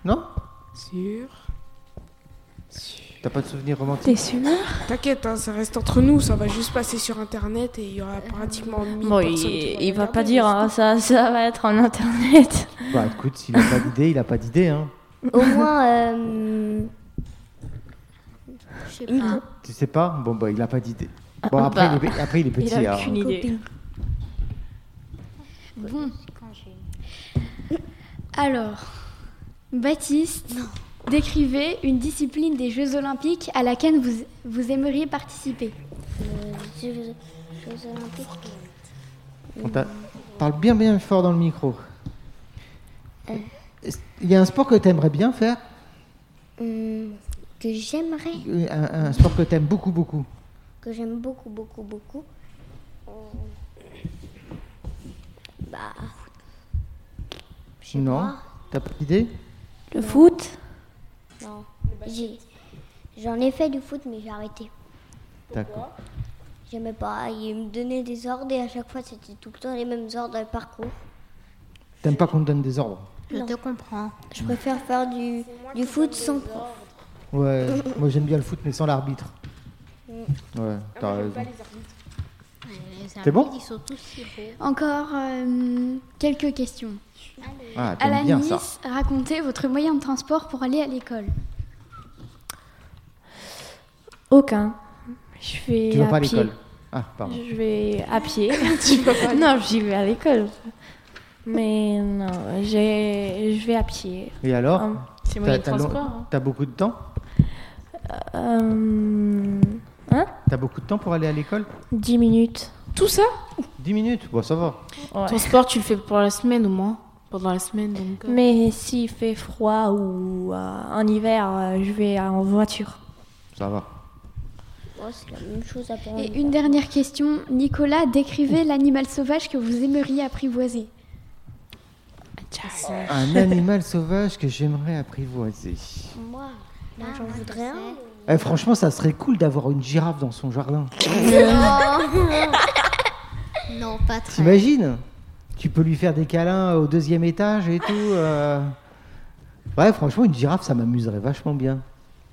S5: Non
S2: Sûr.
S5: T'as pas de souvenir romantique
S8: T'es sûr
S2: T'inquiète, hein, ça reste entre nous, ça va juste passer sur internet et il y aura pratiquement 1000
S8: Bon, il,
S2: personnes qui vont
S8: il va
S2: regarder.
S8: pas dire, hein, ça, ça va être en internet.
S5: Bah écoute, s'il a pas d'idée, il a pas d'idée hein.
S6: Au moins, euh, je sais pas.
S5: Tu sais pas Bon bah il a pas d'idée. Bon après,
S8: bah,
S5: il est, pe- après il est petit. hein.
S8: Il a
S5: alors.
S8: aucune idée.
S7: Bon. Alors, Baptiste décrivait une discipline des Jeux Olympiques à laquelle vous, vous aimeriez participer.
S6: Euh, Jeux, Jeux Olympiques.
S5: On t'a- Parle
S6: euh,
S5: bien bien fort dans le micro. Est-ce- Il y a un sport que t'aimerais bien faire
S6: Hum, que j'aimerais,
S5: Euh, Un, un sport que t'aimes beaucoup, beaucoup.
S6: que j'aime beaucoup, beaucoup, beaucoup. Hum, Bah. je sais
S5: Non T'as pas d'idée
S8: Le foot
S6: pas. Non. J'ai- J'en ai fait du foot, mais j'ai arrêté.
S5: D'accord.
S6: J'aimais pas. Il me donnait des ordres et à chaque fois, c'était tout le temps les mêmes ordres dans le parcours.
S5: T'aimes pas qu'on te donne des ordres
S4: Je te comprends.
S6: Je préfère faire du, du foot sans prof.
S5: Ouais, moi j'aime bien le foot, mais sans l'arbitre. Ouais,
S6: Ah
S5: t'as raison. C'est bon
S4: Ils sont tous si beaux.
S7: Encore euh, quelques questions.
S5: Ah,
S7: À
S5: t'aimes bien
S7: nice,
S5: ça.
S7: racontez votre moyen de transport pour aller à l'école.
S8: Aucun. Je vais
S5: Tu vas
S8: à
S5: pas à
S8: pied.
S5: l'école Ah, pardon.
S8: Je vais à pied. non, j'y vais à l'école. Mais non, j'ai- je vais à pied.
S5: Et alors
S8: Hum,
S1: C'est
S5: T'as
S1: moyen de
S5: t'as long-
S1: transport. hein.
S5: t'as beaucoup de temps
S8: hein. Hum,
S5: T'as beaucoup de temps pour aller à l'école
S8: 10 minutes.
S1: Tout ça
S5: 10 minutes Bon, ça va.
S8: Ouais.
S1: Ton sport, tu le fais pour la semaine au moins. Pendant la semaine, donc. euh,
S8: Mais s'il fait froid ou euh, en hiver, euh, je vais en voiture.
S5: Ça va.
S6: Ouais, Oh, c'est la même chose à part.
S7: Et une dernière question, Nicolas, décrivez l'animal sauvage que vous aimeriez apprivoiser.
S1: Jack.
S5: Un animal sauvage que j'aimerais apprivoiser.
S6: Moi, là,
S4: Ah,
S6: j'en
S4: moi, je
S6: voudrais
S4: sais.
S6: un.
S5: Eh, franchement, ça serait cool d'avoir une girafe dans son jardin.
S4: Non, pas très.
S5: T'imagines Tu peux lui faire des câlins au deuxième étage et tout. euh. Ouais, franchement, une girafe, ça m'amuserait vachement bien.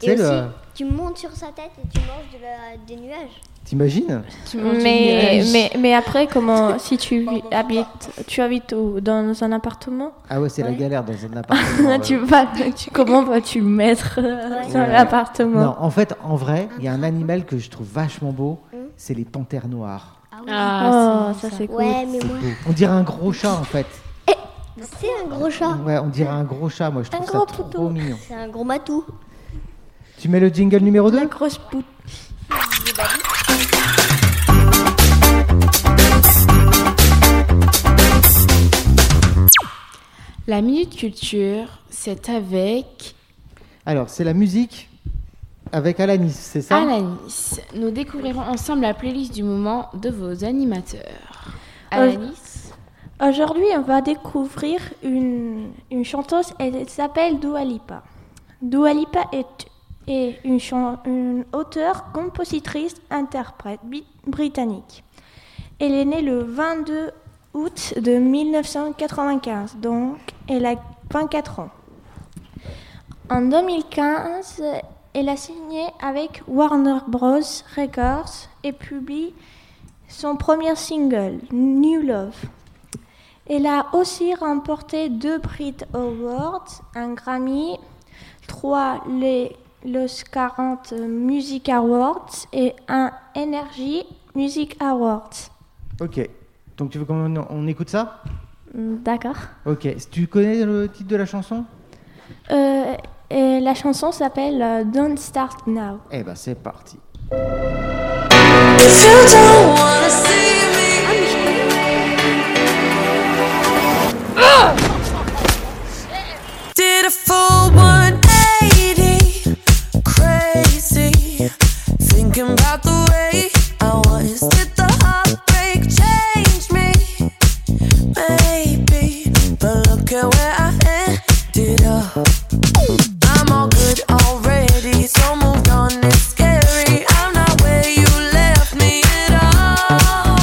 S5: Tu
S6: Et
S5: sais,
S6: aussi,
S5: le-
S6: tu montes sur sa tête et tu manges de la- des nuages.
S5: T'imagines
S1: Tu manges du
S8: Mais,
S1: nuage.
S8: mais, mais après, comment, si tu vi- habites, tu habites au- dans un appartement,
S5: Ah ouais, c'est la galère dans un appartement. ouais.
S8: tu vas, tu, comment vas-tu le mettre euh, dans
S5: Ouais.
S8: l'appartement
S5: Non, en fait, en vrai, il y a un animal que je trouve vachement beau, c'est les panthères noires.
S1: Ah,
S8: oh, ça c'est cool.
S6: Ouais, mais moi,
S5: On dirait un gros chat, en fait.
S6: c'est un gros chat.
S5: Ouais, on dirait un gros chat, moi, je trouve ça
S6: gros
S5: trop
S6: poutou.
S5: mignon.
S6: C'est un gros matou.
S5: Tu mets le jingle numéro 2
S8: La grosse poute.
S1: La minute culture, c'est avec
S5: Alors, c'est la musique avec Alanis, c'est ça
S1: Alanis. Nous découvrirons ensemble la playlist du moment de vos animateurs.
S5: Euh,
S1: Alanis
S8: Aujourd'hui, on va découvrir une, une chanteuse, elle s'appelle Dua Lipa. Dua Lipa est, est une, chan- une auteure, compositrice, interprète bi- britannique. Elle est née le 22 août de 1995, donc elle a 24 ans. En 2015, elle a signé avec Warner Bros. Records et publie son premier single, New Love. Elle a aussi remporté deux Brit Awards, un Grammy, trois les Los 40 Music Awards et un Energy Music Awards.
S5: Ok. Donc, tu veux qu'on on écoute ça
S8: Hmm, D'accord.
S5: Ok. Tu connais le titre de la chanson
S8: Euh, et la chanson s'appelle euh, Don't Start Now.
S5: Eh ben, c'est parti.
S9: If you don't wanna see
S1: Euh,
S9: me, did a full 180, crazy, thinking about the way I was. Did the heartbreak change me? Maybe, but look at where I ended up. I'm all good already, so moved on. It's scary. I'm not where you left me at all.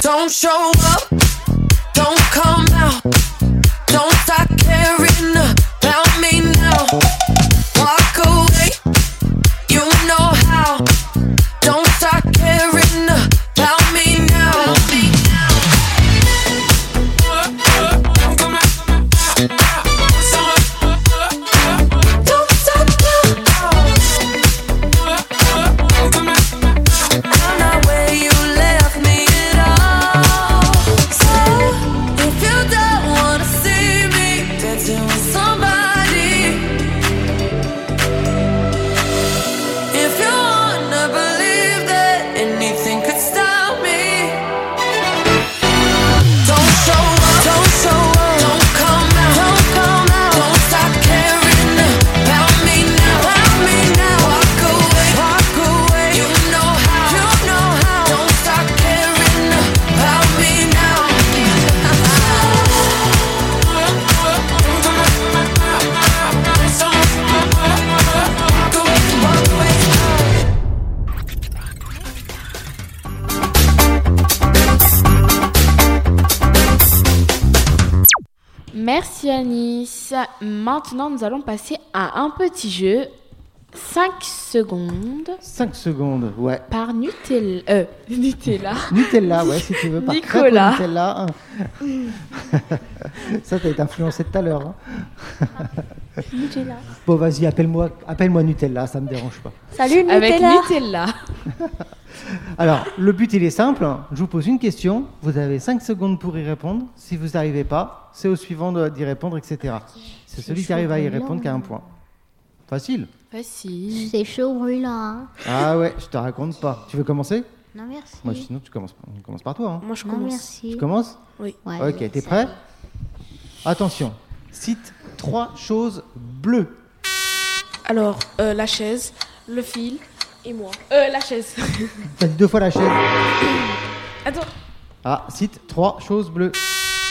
S9: Don't show up, don't come out. Don't stop caring about me now. Walk away, you know how. Don't stop caring about me now. Don't stop I'm not where you left me at all. So if you don't wanna see me dancing with somebody, if you wanna believe that anything could stop me, don't show up, don't show up, don't come out, don't come out, don't stop caring about me now, about me now. Walk away, walk away. You know how, you know how. Don't stop caring about me now. Walk away, walk away.
S1: Merci Anis. Maintenant, nous allons passer à un petit jeu. 5 secondes
S5: 5 secondes, ouais.
S1: par Nutella. euh, Nutella.
S5: Nutella, ouais, si tu veux. Par crêpe au
S1: Nicolas.
S5: Nutella. hein. Ça, t'as été influencé tout à l'heure. hein.
S8: Nutella.
S5: Bon, vas-y, appelle-moi appelle Nutella, ça me dérange pas.
S8: Salut Nutella.
S1: Avec Nutella.
S5: Alors, le but, il est simple. hein. Je vous pose une question. Vous avez 5 secondes pour y répondre. Si vous n'arrivez pas, c'est au suivant de- d'y répondre, etc. C'est celui qui arrive à y répondre qui a un point. Facile.
S1: Bah, Facile.
S4: C'est chaud brûlant. hein.
S5: Ah ouais, je te raconte pas. Tu veux commencer
S4: Non, merci.
S5: Moi, sinon, tu commences, on commence par toi. hein.
S2: Moi, je
S4: non,
S2: commence.
S4: merci.
S5: Tu commences
S4: Ouais.
S5: Ok, t'es prêt Attention, cite trois choses bleues.
S2: Alors, euh, la chaise, le fil et moi. Euh, la chaise.
S5: T'as dit deux fois la chaise.
S2: Attends.
S5: Ah, cite trois choses bleues.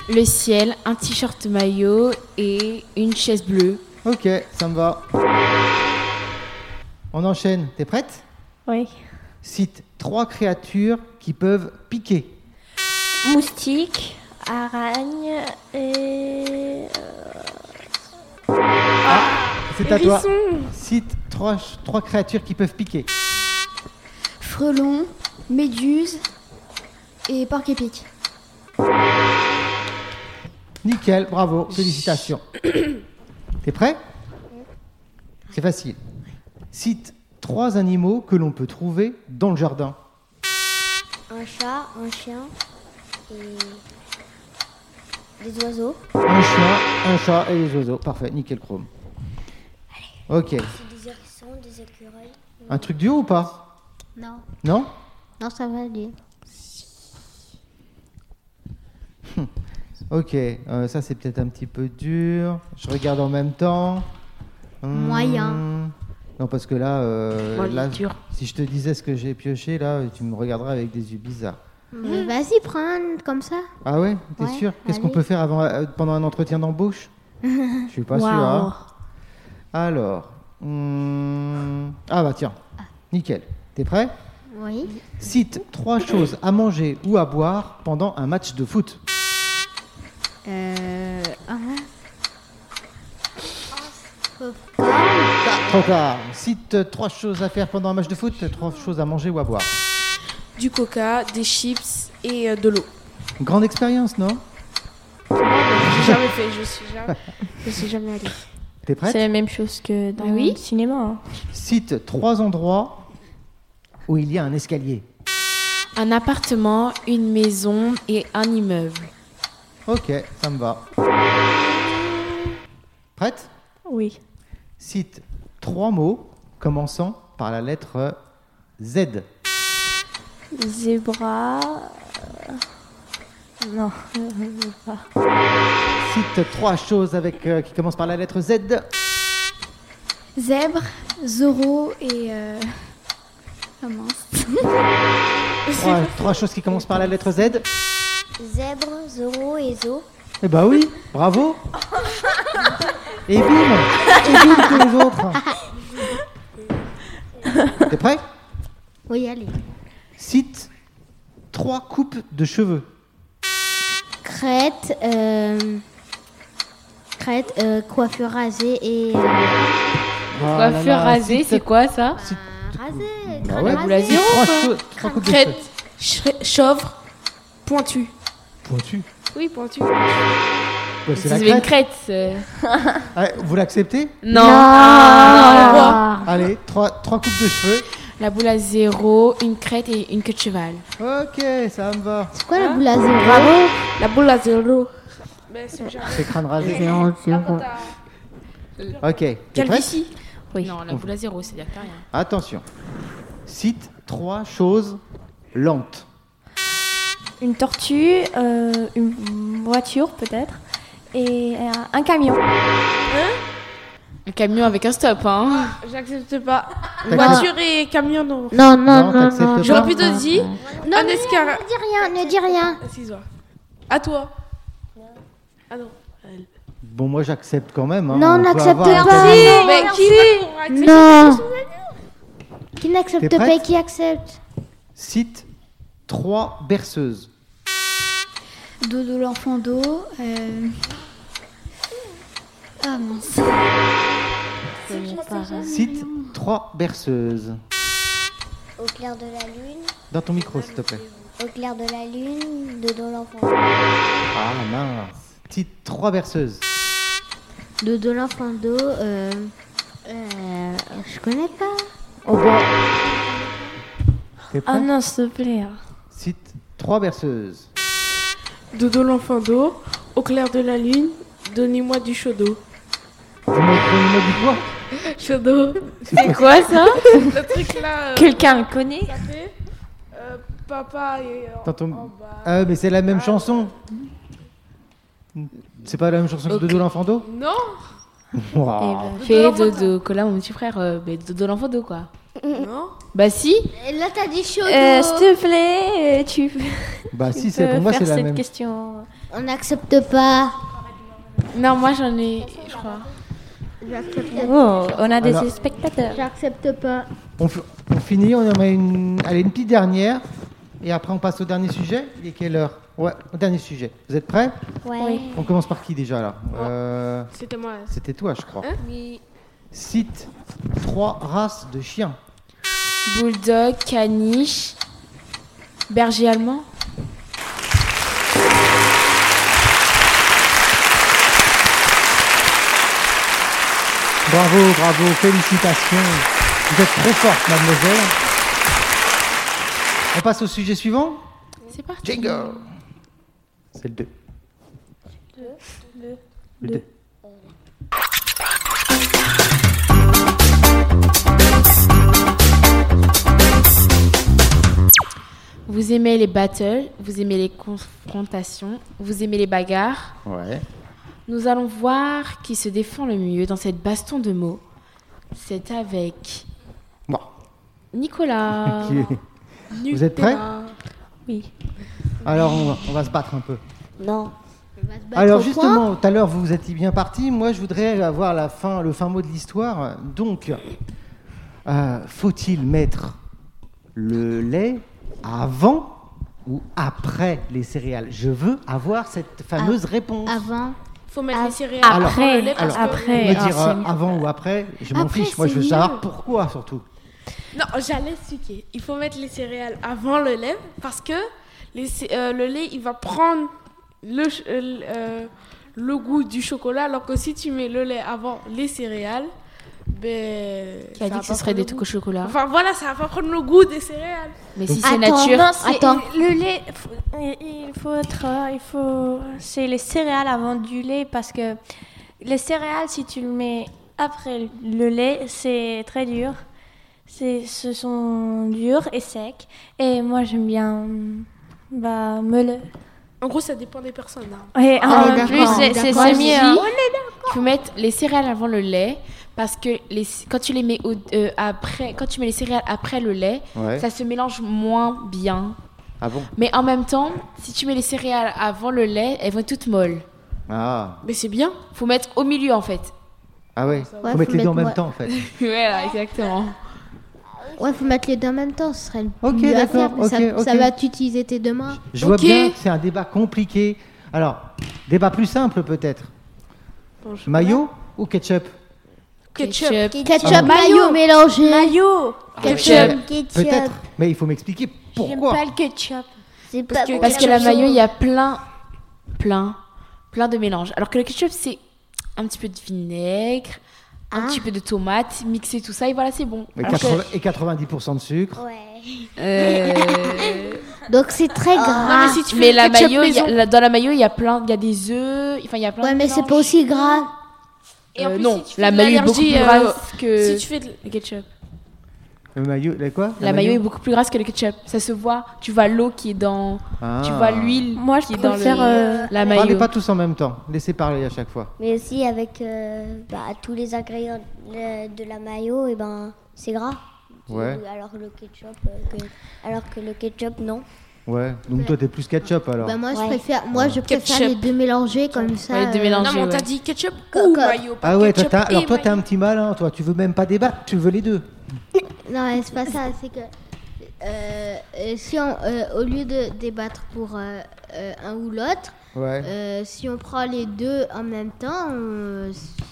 S1: Le ciel, un t-shirt maillot et une chaise bleue.
S5: Ok, ça me va. On enchaîne, t'es prête
S8: Oui.
S5: Cite trois créatures qui peuvent piquer.
S8: Moustique, aragne et euh,
S5: Ah, C'est à toi. Cite trois, ch- trois créatures qui peuvent piquer.
S7: Frelon, méduse et porc épic.
S5: Nickel, bravo, félicitations. T'es prêt C'est facile. Cite trois animaux que l'on peut trouver dans le jardin.
S6: Un chat, un chien et des oiseaux.
S5: Un chien, un chat et les oiseaux. Parfait, nickel chrome. Ok.
S6: C'est des hérissons, des écureuils.
S5: Un truc dur ou pas
S4: Non.
S5: Non
S4: non, ça va aller.
S5: Ok, euh, ça c'est peut-être un petit peu dur. Je regarde en même temps. Hmm.
S4: Moyen.
S5: Non, parce que là, euh,
S1: Moi, Oh, il est
S5: là,
S1: dur.
S5: si je te disais ce que j'ai pioché, là, tu me regarderais avec des yeux bizarres.
S4: Mais Vas-y, prends un comme ça.
S5: Ah ouais T'es
S4: Ouais,
S5: sûr Qu'est-ce qu'on
S4: allez.
S5: peut faire avant, euh, pendant un entretien d'embauche Je suis pas sûr. hein. Alors. hmm, Ah bah tiens. Nickel. T'es prêt
S4: Oui.
S5: Cite trois choses à manger ou à boire pendant un match de foot.
S4: Euh. Ah.
S5: Trop tard. Cite euh, trois choses à faire pendant un match de foot, trois choses à manger ou à boire.
S2: Du coca, des chips et euh, de l'eau.
S5: Grande expérience, non
S2: J'ai jamais fait, je suis jamais, je suis jamais allée.
S5: T'es prête
S3: C'est la même chose que dans
S8: oui.
S3: le cinéma. hein.
S5: Cite trois endroits où il y a un escalier.
S1: Un appartement, une maison et un immeuble.
S5: Ok, ça me va. Prête
S8: Oui.
S5: Cite trois mots commençant par la lettre euh, Z.
S8: Zébra. euh, Non.
S5: Cite trois choses avec, euh, qui commencent par la lettre Z.
S7: Zèbre, Zorro et. Euh... ah mince.
S5: Trois, trois choses qui commencent par la lettre Z.
S6: Zèbre, zorro et zo.
S5: Eh bah oui, bravo Et bim Et bim tous les autres T'es prêt
S4: Oui, allez.
S5: Cite trois coupes de cheveux.
S4: crête, euh, crête, euh, coiffure rasée et euh,
S5: Voilà,
S1: Coiffure
S5: Ah là,
S1: rasée,
S5: si t'as-
S1: c'est quoi ça
S5: si-
S4: Ah, rasée,
S5: Bah
S4: crâne
S5: ouais,
S4: rasé.
S1: vous la zéro,
S5: Trois
S1: quoi.
S5: cheveux- trois coupes de
S2: Crête,
S5: cheveux.
S2: chre- chauvre, pointu.
S5: Pointu.
S2: Oui, pointu.
S5: Quoi, c'est la
S1: une crête.
S5: crête.
S1: c'est-
S5: Ah, vous l'acceptez
S1: Non.
S4: Ah.
S5: Allez, trois, trois coupes de cheveux.
S1: La boule à zéro, une crête et une queue de cheval. Hein
S5: Ok, ça me va.
S4: C'est quoi la boule à zéro Bravo
S2: La boule à zéro. Ben, c'est genre
S5: C'est crâne rasé. Ok. t'es prête
S2: calvitie.
S1: Oui. Non, la
S5: Oh.
S1: boule à zéro, c'est-à-dire que t'as rien.
S5: Attention. Cite trois choses lentes.
S8: Une tortue, euh, une voiture peut-être, et euh, un camion.
S1: Un camion avec un stop, hein.
S2: J'accepte pas.
S5: T'acceptes-
S2: Voiture et camion, non.
S4: Non, non,
S5: Non,
S4: non,
S5: t'acceptes
S4: non.
S5: pas.
S2: J'aurais pu te dire
S4: Non,
S2: un
S4: ne
S2: escar...
S4: dis rien, ne dis rien.
S2: Excuse-moi. À toi. Ah non.
S5: Bon, moi j'accepte quand même. hein.
S4: Non, on
S5: peut
S4: n'accepte
S5: avoir-
S4: pas.
S2: Mais qui
S4: Non. Qui n'accepte
S5: T'es
S4: pas et
S5: prête
S4: qui accepte
S5: Cite trois berceuses.
S7: Dodo l'enfant d'eau. euh, Ah mince.
S5: Cite trois berceuses.
S6: Au clair de la lune,
S5: Dans ton micro, s'il te plaît.
S6: au clair de la lune, dedans l'enfant.
S5: Ah mince. Cite trois berceuses.
S4: De de l'enfant d'eau, euh, euh, je connais pas.
S5: T'es prêt
S8: Ah non, s'il te plaît.
S5: Cite trois berceuses.
S2: Dodo l'enfant d'eau, au clair de la lune, donnez-moi du chaud d'eau.
S5: Vous montrez-moi du poids
S2: Chaud d'eau.
S1: C'est quoi ça
S2: Le truc là. euh,
S8: Quelqu'un le connaît
S2: café, euh, papa et. euh, en-
S5: Dans ton-
S2: en bas.
S5: Ah, mais c'est la même chanson. C'est pas la même chanson que Dodo l'enfant d'eau
S2: Non
S5: Waouh.
S1: Fais dodo, que là mon petit frère, euh, ben, dodo l'enfant d'eau quoi.
S2: Non
S1: Bah si,
S4: Et là, t'as dit chaud
S8: Euh, S'il te plaît, euh, tu peux
S5: Bah si, c'est pour
S8: faire
S5: moi c'est la
S8: cette
S5: même.
S8: question.
S4: On n'accepte pas.
S1: non moi j'en ai, je crois.
S4: J'accepte
S8: Oh, on a des
S5: Alors-
S8: spectateurs.
S4: pas.
S5: On, f- on finit, on en met une... Allez, une petite dernière. Et après on passe au dernier sujet. Il est quelle heure Ouais, au dernier sujet. Vous êtes prêts
S6: Ouais.
S5: On commence par qui déjà là Euh,
S2: Oh. C'était moi. Hein
S5: C'était toi je crois.
S2: Oui.
S5: Cite trois races de chiens.
S1: Bulldog, caniche, berger allemand.
S5: Bravo, bravo, félicitations. Vous êtes très forte, mademoiselle. On passe au sujet suivant
S1: C'est parti.
S5: Jingle C'est le 2. Le 2. Le 2.
S1: Vous aimez les battles, vous aimez les confrontations, vous aimez les bagarres.
S5: Ouais.
S1: Nous allons voir qui se défend le mieux dans cette baston de mots. C'est avec
S5: Bon.
S2: Euh,
S1: Nicolas.
S5: Qui est- Vous êtes prêts
S8: Oui.
S5: Alors, on va, on va se battre un peu.
S6: Non.
S3: Bah,
S5: Alors, justement, tout à l'heure, vous vous êtes bien parti. Moi, je voudrais avoir la fin, le fin mot de l'histoire. Donc, euh, faut-il mettre le lait avant ou après les céréales Je veux avoir cette fameuse réponse.
S4: Avant.
S2: Faut mettre
S4: Ah,
S2: les céréales.
S5: Alors,
S2: Faut le lait parce
S5: alors,
S2: que-
S5: On
S8: après,
S5: peut
S8: alors,
S5: dire
S8: c'est
S5: euh,
S8: mieux.
S5: avant ou après, je m'en
S4: Après,
S5: fiche. Moi, je
S4: c'est
S5: veux
S4: mieux.
S5: savoir pourquoi surtout.
S2: Non, j'allais expliquer. Il faut mettre les céréales avant le lait parce que les cé- euh, le lait, il va prendre le, ch- euh, l- euh, le goût du chocolat, alors que si tu mets le lait avant les céréales, ben.
S1: Qui a
S2: ça
S1: dit
S2: va
S1: que ce
S2: pas
S1: serait
S2: prendre
S1: des
S2: le
S1: trucs
S2: goût.
S1: au chocolat.
S2: Enfin voilà, ça va pas prendre le goût des céréales.
S1: Mais si c'est
S4: Attends.
S1: nature.
S8: Non, c'est-
S4: Attends.
S8: le lait, faut- il faut être, euh, il faut, c'est les céréales avant du lait parce que les céréales, si tu le mets après le lait, c'est très dur. C'est, ce sont durs et secs. Et moi, j'aime bien, euh, bah, me le.
S2: En gros, ça dépend des personnes. hein.
S8: Et
S4: Ah,
S8: en
S4: d'accord,
S8: plus, c'est, c'est,
S4: d'accord.
S8: c'est
S1: Moi, je
S8: mieux.
S1: dis,
S2: euh,
S8: hein.
S1: Il faut mettre euh, les céréales avant le lait parce que les, quand tu les mets au- euh, après, quand tu mets les céréales après le lait,
S5: Ouais.
S1: ça se mélange moins bien.
S5: Ah bon
S1: Mais en même temps, si tu mets les céréales avant le lait, elles vont être toutes molles.
S5: Ah,
S2: Mais c'est bien.
S1: Faut mettre au milieu en fait.
S5: ah ouais.
S4: Ouais,
S5: faut mettre les deux en même
S4: moi-
S5: temps en fait.
S1: voilà, exactement.
S4: Ouais, faut mettre les deux en même temps, ce serait le
S5: Ok,
S4: mieux à
S5: d'accord,
S4: faire, mais ça,
S5: ok, ok.
S4: ça va t'utiliser tes deux mains.
S5: Je vois
S1: Ok.
S5: bien que c'est un débat compliqué. Alors, débat plus simple peut-être. Mayo ou ketchup
S2: Ketchup.
S8: Ah
S4: Ketchup, mayo mélangé.
S8: Maillot
S5: Peut-être,
S6: Ketchup.
S5: Euh, Peut-être, mais il faut m'expliquer
S8: J'aime
S5: pourquoi.
S8: pas le ketchup.
S6: C'est pas bon.
S1: Parce que la mayo, il y a plein, plein, plein de mélanges. Alors que le ketchup, c'est un petit peu de vinaigre, un
S6: Ah.
S1: petit peu de tomate, mixer tout ça et voilà, c'est bon.
S5: Mais
S1: Alors que-
S5: 80 Et 90% de sucre.
S6: Ouais.
S1: Euh,
S4: Donc c'est très
S1: Ah. mais
S4: gras.
S1: si tu
S2: fais
S1: fais la
S2: ketchup
S1: mayo, il y a-
S2: maison.
S1: la- dans la mayo, il y a plein, il y a des œufs, enfin il y a plein.
S4: Ouais,
S1: de
S4: mais c'est
S1: mélanges.
S4: pas aussi gras.
S2: Et en
S1: Euh,
S2: plus,
S1: non,
S2: si tu fais
S1: la
S2: de
S1: mayo est beaucoup
S2: l'allergie,
S1: plus
S2: euh,
S1: grasse que
S2: Si tu fais de-
S1: le ketchup.
S5: Le mayo, la quoi
S1: La, mayo est beaucoup plus grasse que le ketchup. Ça se voit. Tu vois l'eau qui est dans,
S5: Ah.
S1: tu vois l'huile
S8: Moi, je
S1: qui est dans
S8: préfère,
S1: le-
S8: euh,
S1: la
S5: Parlez
S1: mayo.
S5: pas tous en même temps. Laissez parler à chaque fois.
S6: Mais aussi avec euh, bah, tous les ingrédients de, de la mayo, et ben c'est gras.
S5: Ouais.
S6: Euh, Alors que le ketchup, euh, que- alors que le ketchup non.
S5: Ouais. Donc toi, t'es plus ketchup alors.
S4: Bah moi je
S6: Ouais.
S4: préfère, moi je préfère
S2: Ketchup.
S4: les deux mélangés comme ça.
S1: Ouais, les deux
S4: euh,
S1: mélangés.
S2: Non, mais on t'a
S1: ouais.
S2: dit ketchup
S6: Co-
S2: ou
S6: co-
S2: mayo. pas
S5: ah ouais, toi,
S2: ketchup
S5: t'as-
S2: et
S5: alors toi, t'es
S2: mayo.
S5: un petit malin. Toi, tu veux même pas débattre. Tu veux les deux.
S4: Non, mais c'est pas ça, c'est que euh, euh, si on, euh, au lieu de débattre pour euh, euh, un ou l'autre,
S5: Ouais.
S4: euh, si on prend les deux en même temps, on-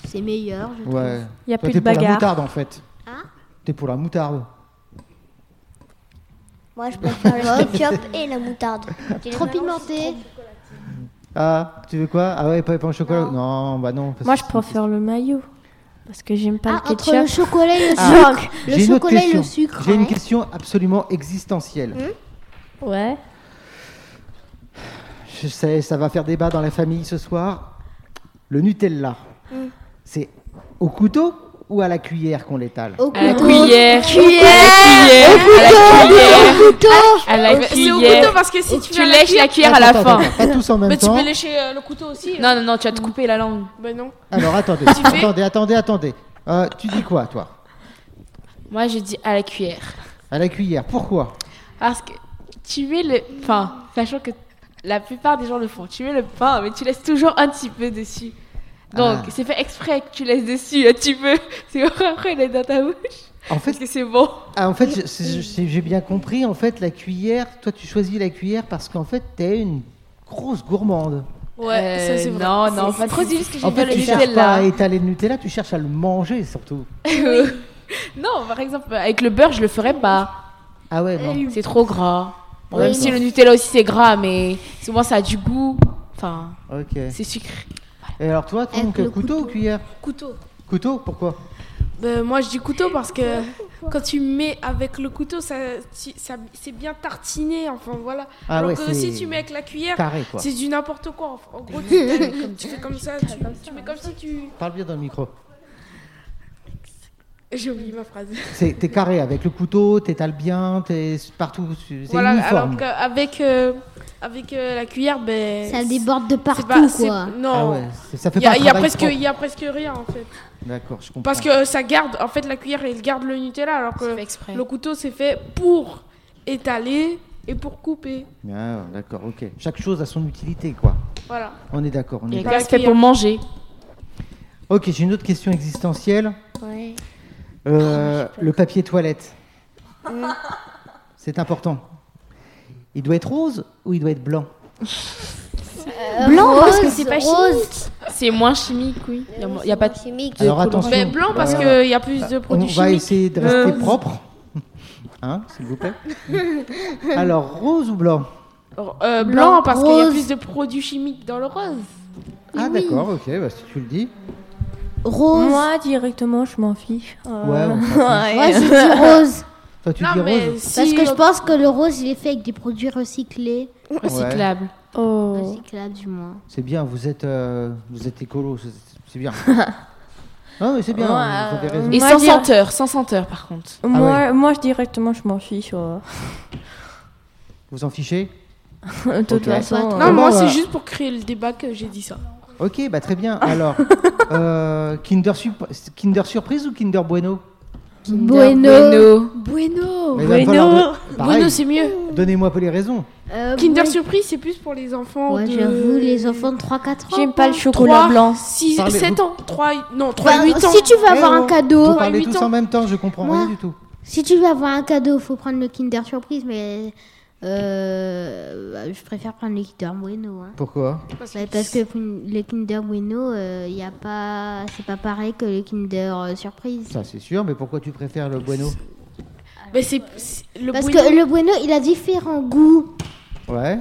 S4: c'est meilleur. Je trouve.
S5: Ouais.
S8: Il y a
S5: Toi,
S8: plus
S5: t'es
S8: de
S5: pour la
S8: bagarre.
S5: moutarde en fait.
S4: Hein
S5: T'es pour la moutarde.
S6: Moi je préfère le ketchup et la moutarde. Tu les
S4: Trop
S6: mélanges,
S4: pimenté.
S5: Ah, tu veux quoi Ah ouais, pas, pas au chocolat. Non,
S6: Non.
S5: bah non. parce
S8: Moi,
S5: que
S8: je préfère le maillot. Parce que j'aime pas
S4: Ah,
S8: le
S4: entre le
S8: ketchup.
S4: chocolat et le
S5: Ah.
S4: sucre.
S5: J'ai
S4: le
S5: une autre
S4: chocolat et
S5: question.
S4: le sucre.
S5: J'ai une
S4: ouais.
S5: question absolument existentielle.
S8: Ouais.
S5: Je sais, ça va faire débat dans la famille ce soir. Le Nutella,
S1: Mm.
S5: c'est au couteau ou à la cuillère qu'on l'étale
S4: Au
S1: À la
S4: couteau.
S1: cuillère, à la cuillère,
S4: Au couteau.
S1: à la
S2: Euh, C'est au couteau
S1: cuillère.
S2: parce que si tu
S1: Tu
S2: fais à la
S1: lèches la cuillère à la
S5: Attends, attends,
S1: fin.
S5: attends, Pas tous en même
S2: Mais tu
S5: temps.
S2: peux lécher euh, le couteau aussi. Mm.
S1: Non, non, non, tu vas te couper la langue.
S2: Ben non.
S5: Alors attendez,
S2: fais-
S5: attendez, attendez, attendez. Euh, tu dis quoi, toi
S1: Moi, je dis à la cuillère.
S5: À la cuillère, pourquoi
S1: Parce que tu mets le. Enfin, sachant que la plupart des gens le font. Tu mets le pain, mais tu laisses toujours un petit peu dessus. Donc,
S5: Ah.
S1: c'est fait exprès que tu laisses dessus un petit peu. C'est pour après, il est dans ta bouche.
S5: En fait,
S1: Parce que c'est bon.
S5: ah, en fait, je- c'est- je- j'ai bien compris. En fait, la cuillère, toi, tu choisis la cuillère parce qu'en fait, t'es une grosse gourmande.
S2: Ouais, ça c'est vrai.
S1: Euh, Non, non, pas trop. C'est
S4: Euh,
S1: juste que j'ai
S5: En
S1: pas
S5: fait,
S1: le
S5: tu cherches pas à
S1: Nutella.
S5: étaler le Nutella, tu cherches à le manger surtout.
S1: Non, par exemple, avec le beurre, je le ferais pas.
S5: Ah ouais,
S2: Eh
S5: non.
S1: C'est trop gras. Bon,
S5: Oui,
S1: même si
S5: non.
S1: le Nutella aussi c'est gras, mais souvent ça a du goût. Enfin,
S5: Ok. Et
S1: c'est sucré.
S5: alors toi,
S4: Avec
S5: donc,
S4: le
S5: couteau, ou cuillère
S2: Couteau.
S5: Couteau, pourquoi
S2: Ben, moi je dis couteau parce que quand tu mets avec le couteau, ça, tu- ça- c'est bien tartiné. Enfin voilà.
S5: Ah
S2: Alors
S5: ouais,
S2: que
S5: c'est-
S2: si tu mets avec la cuillère,
S5: Carré, quoi.
S2: c'est du n'importe quoi. En- En gros, tu, fais- tu fais comme ça, tu, tu mets comme si tu.
S5: Parle bien dans le micro.
S2: J'ai oublié ma phrase.
S5: C'est- T'es carré avec le couteau, t'étales bien, t'es partout. C'est
S2: Voilà, alors
S5: uniforme. Ah
S2: qu'avec euh, avec, euh, la cuillère, ben.
S4: Ça
S2: c'est-
S4: déborde de
S2: c'est
S4: partout
S2: pas- c'est-
S4: quoi.
S5: Ah
S2: Non.
S5: ouais, c'est- ça fait
S2: Il y, a-
S5: pas un
S2: il y a
S5: travail
S2: presque,
S5: propre.
S2: il y a presque rien en fait.
S5: D'accord, je comprends.
S2: Parce que ça garde, en fait, la cuillère elle garde le Nutella alors que
S1: C'est fait exprès.
S2: le couteau c'est fait pour étaler et pour couper.
S5: Ah, d'accord, ok. Chaque chose a son utilité, quoi.
S2: Voilà.
S5: On est d'accord. on est
S1: Il y a
S5: d'accord.
S1: qu'à se
S2: euh,
S1: faire pour manger.
S5: Ok, j'ai une autre question existentielle.
S6: Ouais.
S5: Euh, le papier toilette. C'est important. Il doit être rose ou il doit être blanc
S1: Blanc, parce que c'est pas
S4: Euh, rose. Euh,
S1: chimique. C'est moins chimique, oui. Il y a- Il n'y a pas de.
S6: chimique.
S5: Alors
S1: colorant.
S5: attention.
S2: Mais blanc parce
S5: Voilà. Bah,
S2: qu'il y a plus de
S5: On
S2: produits
S5: va
S2: chimiques.
S5: essayer de
S2: Euh,
S5: rester propre. Hein, s'il vous plaît. Alors, rose ou blanc
S2: Euh, blanc parce qu'il y a
S4: rose. Eh
S2: plus de produits chimiques dans le rose.
S5: Ah, d'accord, ok, bah, si tu le dis.
S4: Rose.
S8: Moi, directement, je m'en fiche. Euh,
S5: Ouais, on s'en
S4: Moi j'ai dit rose.
S5: Toi, tu
S2: non
S5: dis
S2: mais
S5: rose
S2: si
S4: Parce que je
S2: euh,
S4: pense que le rose il est fait avec des produits recyclés.
S1: Recyclable.
S8: Oh.
S4: Recyclables du moins.
S5: C'est bien, vous êtes, euh, vous êtes écolo, c'est- c'est bien. non, Ah, mais c'est bien, vous avez raison.
S1: Et
S8: Moi,
S1: sans
S8: dire-
S1: senteur, sans senteur par contre.
S8: Moi,
S5: Ah ouais.
S8: moi, je directement, je m'en fiche. euh.
S5: Vous en fichez
S8: De toute
S5: Ok.
S8: façon. euh,
S2: Non, moi
S5: Comment, euh,
S2: c'est juste pour créer le débat que j'ai dit ça.
S5: Ok, bah très bien. Alors, euh, Kinder, Sup- Kinder Surprise ou Kinder Bueno
S4: Bueno.
S1: Bueno.
S2: Bueno.
S5: Mais il va me falloir de- Pareil,
S2: Bueno c'est mieux.
S5: donnez-moi un peu les raisons.
S2: Kinder Surprise c'est plus pour les enfants
S4: Ouais,
S2: de
S4: j'avoue, les enfants de 3-4 ans.
S8: J'aime pas le chocolat
S2: 3,
S8: blanc.
S2: 6,
S5: Parlez-
S2: 7
S5: vous-
S2: ans. 3, non, 3
S4: Bah,
S2: 8 ans.
S4: si tu veux avoir
S5: Eh oh,
S4: un cadeau, hein,
S5: Vous parlez
S2: huit
S5: tous
S2: ans.
S5: en même temps, je comprends
S4: Moi.
S5: rien du tout.
S4: si tu veux avoir un cadeau, faut prendre le Kinder Surprise, mais Euh, bah, je préfère prendre les Kinder Bueno. hein.
S5: Pourquoi
S4: Bah, parce que kin- les Kinder Bueno, euh, y a pas, c'est pas pareil que les Kinder euh, Surprise.
S5: Ça, c'est sûr, mais pourquoi tu préfères le Bueno
S2: Mais Bah, c'est c'est- le
S4: Parce
S2: Bueno-
S4: que le Bueno, il a différents goûts.
S5: Ouais.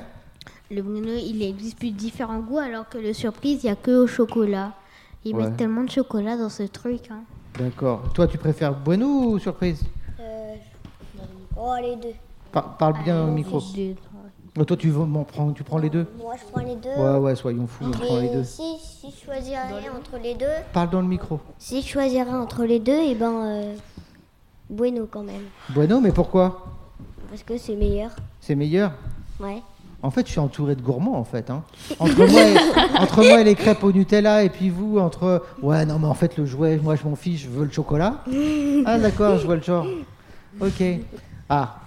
S4: Le Bueno, il existe plus de différents goûts, alors que le Surprise, il y a que au chocolat. Ils
S5: Ouais.
S4: mettent tellement de chocolat dans ce truc. hein.
S5: D'accord. Toi, tu préfères Bueno ou Surprise
S6: Euh, oh, les deux. Ah,
S5: Par- Parle bien au micro.
S4: Des-
S5: Oh, toi, tu, veux m'en prendre- tu prends les deux
S6: Moi, je prends les deux.
S5: Ouais, ouais, soyons fous, on prend les
S6: Et
S5: deux.
S6: Si, si je choisirais entre les deux,
S5: Parle dans le micro.
S6: si je choisirais entre les deux, et ben euh, Bueno quand même,
S5: Bueno, mais pourquoi
S6: parce que c'est meilleur.
S5: C'est meilleur
S6: Ouais.
S5: En fait, je suis entouré de gourmands, en fait. hein. Entre, moi et, entre moi et les crêpes au Nutella, et puis vous, entre... Ouais, non, mais en fait, le jouet, moi, je m'en fiche, je veux le chocolat. Ah, d'accord, je vois le genre. Ok. Ah.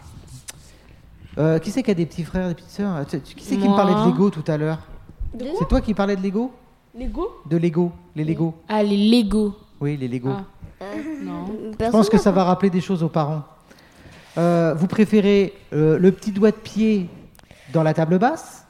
S5: Euh, qui c'est qui a des petits frères, des petites sœurs Ah, tu- tu- Qui c'est qui me
S1: Moi.
S5: parlait de Lego tout à l'heure C'est toi qui parlais de Lego
S2: Lego
S5: De Lego, les Lego.
S1: Ah, les Lego.
S5: Oui, les Lego.
S1: Ah.
S4: Euh,
S1: Non.
S5: Je pense que ça va rappeler des choses aux parents. Euh, vous préférez euh, le petit doigt de pied dans la table basse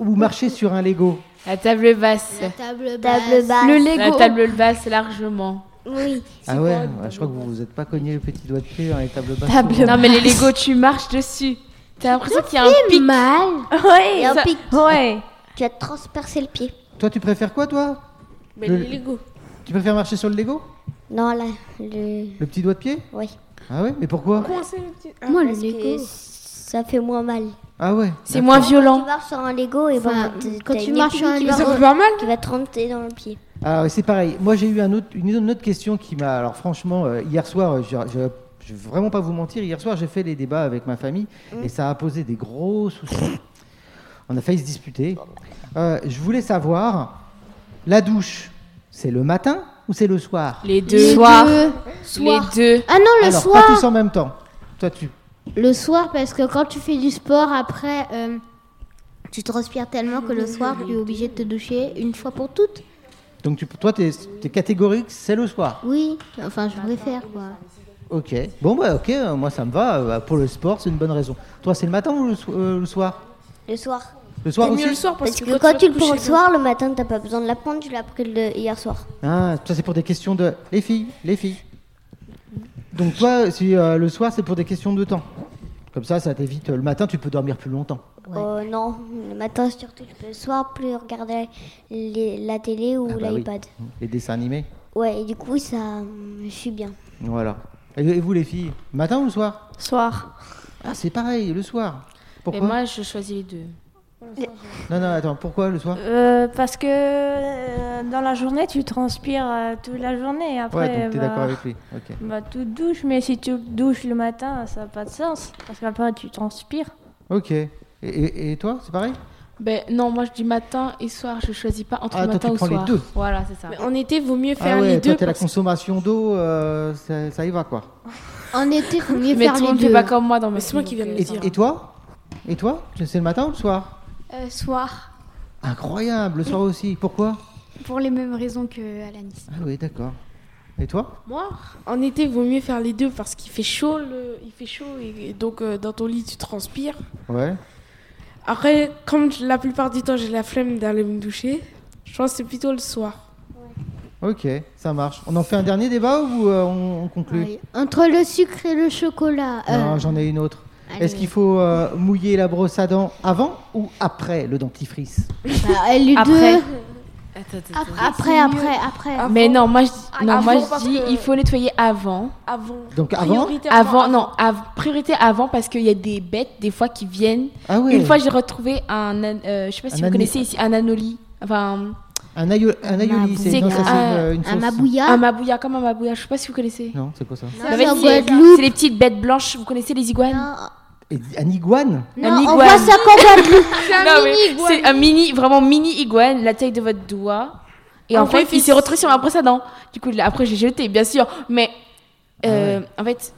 S5: ou marcher sur un Lego
S1: La table basse.
S4: La table basse.
S6: Table basse.
S7: Le
S1: La
S7: Lego.
S1: table basse, largement.
S6: Oui.
S5: Ah ouais, ouais, je crois que vous vous êtes pas cogné le petit doigt de pied dans les tables basses.
S8: Table
S5: souvent.
S1: Non, mais les Lego, tu marches dessus. T'as l'impression qu'il y a un pic.
S4: Mal.
S8: Ouais,
S6: Et un
S8: ça-
S6: pic.
S8: ouais.
S6: Tu as transpercé le pied.
S5: Toi, tu préfères quoi, toi
S2: Mais
S5: Le-
S2: les Lego.
S5: Tu préfères marcher sur le Lego
S6: Non, là, le.
S5: Le petit doigt de pied
S6: Oui.
S5: Ah ouais, mais pourquoi
S2: Comment c'est le petit. Ah,
S4: Moi, le
S6: Parce que
S4: Lego.
S6: ça fait moins mal.
S5: Ah ouais.
S1: C'est moins
S6: Quand tu
S1: violent.
S6: marches sur un Lego, et
S4: Enfin,
S6: ben, t'as-
S4: quand
S6: t'as
S4: tu
S6: une
S4: marches
S6: épine
S4: sur un
S6: qui
S4: Lego-
S6: va-
S2: Ça fait pas mal.
S6: qui va te rentrer dans le pied.
S5: Ah ouais, c'est pareil. Moi, j'ai eu un autre- une autre question qui m'a. Alors, franchement, euh, hier soir, euh, je, je, je vais vraiment pas vous mentir. Hier soir, j'ai fait les débats avec ma famille et ça a posé des gros soucis. On a failli se disputer. Euh, je voulais savoir, la douche, c'est le matin ou c'est le soir
S1: Les deux.
S4: Les deux.
S1: Les deux.
S4: Ah non, le
S5: Alors,
S4: soir.
S5: pas tous en même temps. Toi, tu.
S4: Le soir, parce que quand tu fais du sport, après, euh, tu transpires tellement que le soir, tu es obligé de te doucher une fois pour toutes.
S5: Donc, tu, toi, t'es es catégorique, c'est le soir.
S4: Oui, enfin, je préfère, quoi.
S5: Ok. Bon, bah, ok, euh, moi, ça me va. Euh, Pour le sport, c'est une bonne raison. Toi, c'est le matin ou le, so- euh, le soir
S6: Le soir.
S5: Le soir
S2: T'es
S5: aussi
S2: mieux le soir parce,
S6: Parce
S2: que
S6: que quand tu
S2: vas
S6: le
S2: te
S6: prends le
S2: coucher,
S6: soir, le matin, t'as pas besoin de la prendre, tu l'as pris le- hier soir.
S5: Ah, ça c'est pour des questions de... Les filles, les filles. Donc toi, si, euh, le soir, c'est pour des questions de temps. Comme ça, ça t'évite... euh, Le matin, tu peux dormir plus longtemps.
S6: Euh, non, le matin surtout, tu peux le soir plus regarder les- la télé ou
S5: Ah bah oui.
S6: l'iPad.
S5: Les dessins animés.
S6: Ouais, et du coup, ça, hum, je suis bien.
S5: Voilà. Et, et vous, les filles, matin ou le soir
S8: Soir.
S5: Ah, c'est pareil, le soir.
S1: Et
S5: Pourquoi
S1: moi, je choisis les deux.
S5: Non, non, attends, pourquoi le soir
S8: Euh, parce que euh, dans la journée, tu transpires euh, toute la journée. et Après,
S5: Ouais, donc t'es
S8: bah,
S5: d'accord avec lui. Ok.
S8: bah, tu te douches, mais si tu te douches le matin, ça n'a pas de sens. Parce qu'après, tu transpires.
S5: Ok. Et, et- et toi, c'est pareil
S1: Ben non, moi je dis matin et soir, je choisis pas entre
S5: Ah, toi,
S1: matin
S5: tu
S1: ou
S5: prends les
S1: soir.
S5: deux.
S1: Voilà, c'est ça.
S2: Mais en été, vaut mieux faire
S5: Ah ouais,
S2: les
S5: toi,
S2: deux.
S5: t'es la
S2: parce que
S5: consommation d'eau, euh, ça, ça y va, quoi.
S4: En été, faut mieux
S1: Mais
S4: faire
S1: tout le
S4: les
S1: monde fait
S4: deux.
S1: pas comme moi dans ma
S2: Mais c'est moi qui
S1: donc,
S2: viens de le
S1: euh,
S5: Et,
S1: ça
S2: dire.
S1: va.
S5: et toi Et toi C'est le matin ou le soir
S7: Euh, soir,
S5: Incroyable, le soir aussi. Pourquoi
S7: pour les mêmes raisons que Alanis.
S5: Ah oui, d'accord. Et toi
S2: Moi, en été, vaut mieux faire les deux parce qu'il fait chaud, le... il fait chaud et, et donc euh, dans ton lit, tu transpires.
S5: Ouais.
S2: Après, comme je- la plupart du temps, j'ai la flemme d'aller me doucher, je pense que c'est plutôt le soir.
S5: Ok, ça marche. On en fait un dernier débat ou euh, on, on conclut
S4: Oui. Entre le sucre et le chocolat. euh,
S5: Non, j'en ai une autre.
S4: allez.
S5: Est-ce qu'il faut euh, mouiller la brosse à dents avant ou après le dentifrice
S4: Bah, les
S1: Après.
S4: deux.
S1: Attends, attends, attends.
S4: Après, après, après.
S2: Avant-
S1: Mais non, moi je dis, non,
S2: avant,
S1: moi, je
S2: parce
S1: dis
S2: que-
S1: il faut nettoyer avant.
S2: Avant.
S5: Donc avant
S2: Prioritairement
S1: Avant, non, av- priorité avant parce qu'il y a des bêtes des fois qui viennent.
S5: Ah ouais.
S1: Une fois j'ai retrouvé un, an- euh, je sais pas si
S5: Un
S1: vous
S5: anni-
S1: connaissez ici, un anoli. Enfin,
S5: un aïe un aioli, c'est
S1: C'est
S5: non, ça, c'est
S1: un-
S5: une- une
S4: Un
S5: sauce.
S1: un
S4: mabouya.
S1: mabouya, comme un mabouya, je sais pas si vous connaissez.
S5: Non, c'est quoi ça
S1: Bah,
S4: c'est
S1: vas-y,
S4: en
S1: c'est
S4: Guadeloupe.
S1: c'est les petites bêtes blanches, vous connaissez les iguanes
S4: Non,
S5: Et Un iguane
S4: non,
S1: Un
S4: on
S1: iguane.
S4: voit ça quand
S1: Non, mais C'est un mini, vraiment mini iguane, la taille de votre doigt. Et
S2: En
S1: en,
S2: vrai,
S1: fait, il
S2: fils-
S1: s'est retrouvé sur ma brosse à dents. Du coup, là, après, j'ai jeté, bien sûr. Mais euh, en fait,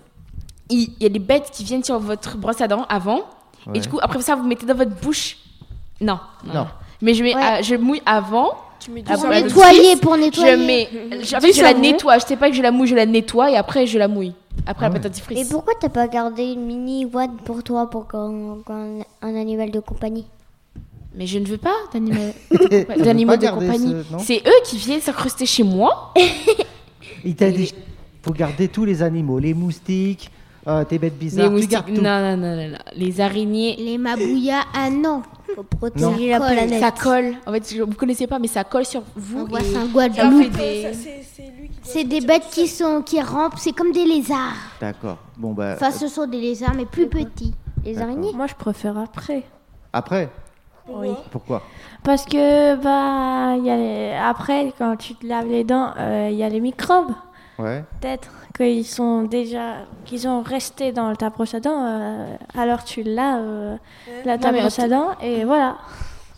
S1: il il y a des bêtes qui viennent sur votre brosse à dents avant.
S5: Ouais.
S1: Et du coup, après ça, vous mettez dans votre bouche. Non.
S5: Non.
S1: Mais je, mets, à- je mouille avant. Ah, bah,
S2: Tu mets du
S1: Avant
S4: pour
S1: la
S2: savon.
S1: douche.
S4: nettoyer, pour nettoyer.
S1: Je mets. je- en fait, je la nettoie. Je sais pas que je la mouille, je la nettoie et après, je la mouille. Après
S5: Ah
S1: la
S5: ouais.
S1: patate
S6: Mais
S1: frise.
S6: pourquoi t'as pas gardé une mini one pour toi, pour quand, quand un animal de compagnie
S1: Mais je ne veux pas d'anima-
S5: T'as pas
S1: d'animaux de
S5: gardé ce-
S1: compagnie.
S5: non
S1: C'est eux qui viennent s'incruster chez moi.
S5: Il t'a dit faut garder tous les animaux, les moustiques, euh, tes bêtes bizarres, tu gardes tout.
S1: Non, non, non, non, non. Les araignées.
S4: Les mabouillas, ah non.
S6: Faut protéger la
S4: colle,
S6: planète.
S1: Ça colle. En fait, je- vous connaissez pas, mais ça colle sur vous.
S4: On
S1: et
S4: voit ça
S1: ça
S4: en
S1: fait
S4: Guadeloupe.
S1: des-
S4: C'est des bêtes qui, sont, qui rampent, c'est comme des lézards.
S5: D'accord. Bon bah
S4: Enfin, ce sont des lézards, mais plus petits.
S6: Les
S5: D'accord.
S6: araignées
S8: Moi, je préfère après.
S5: après
S8: oui.
S5: pourquoi
S8: Parce que bah il y a les- après quand tu te laves les dents, euh, il y a les microbes.
S5: Ouais.
S8: Peut-être qu'ils sont déjà qu'ils sont restés dans ta brosse à dents. euh, alors tu laves euh, la ta
S1: Non, mais
S8: brosse à dents et voilà.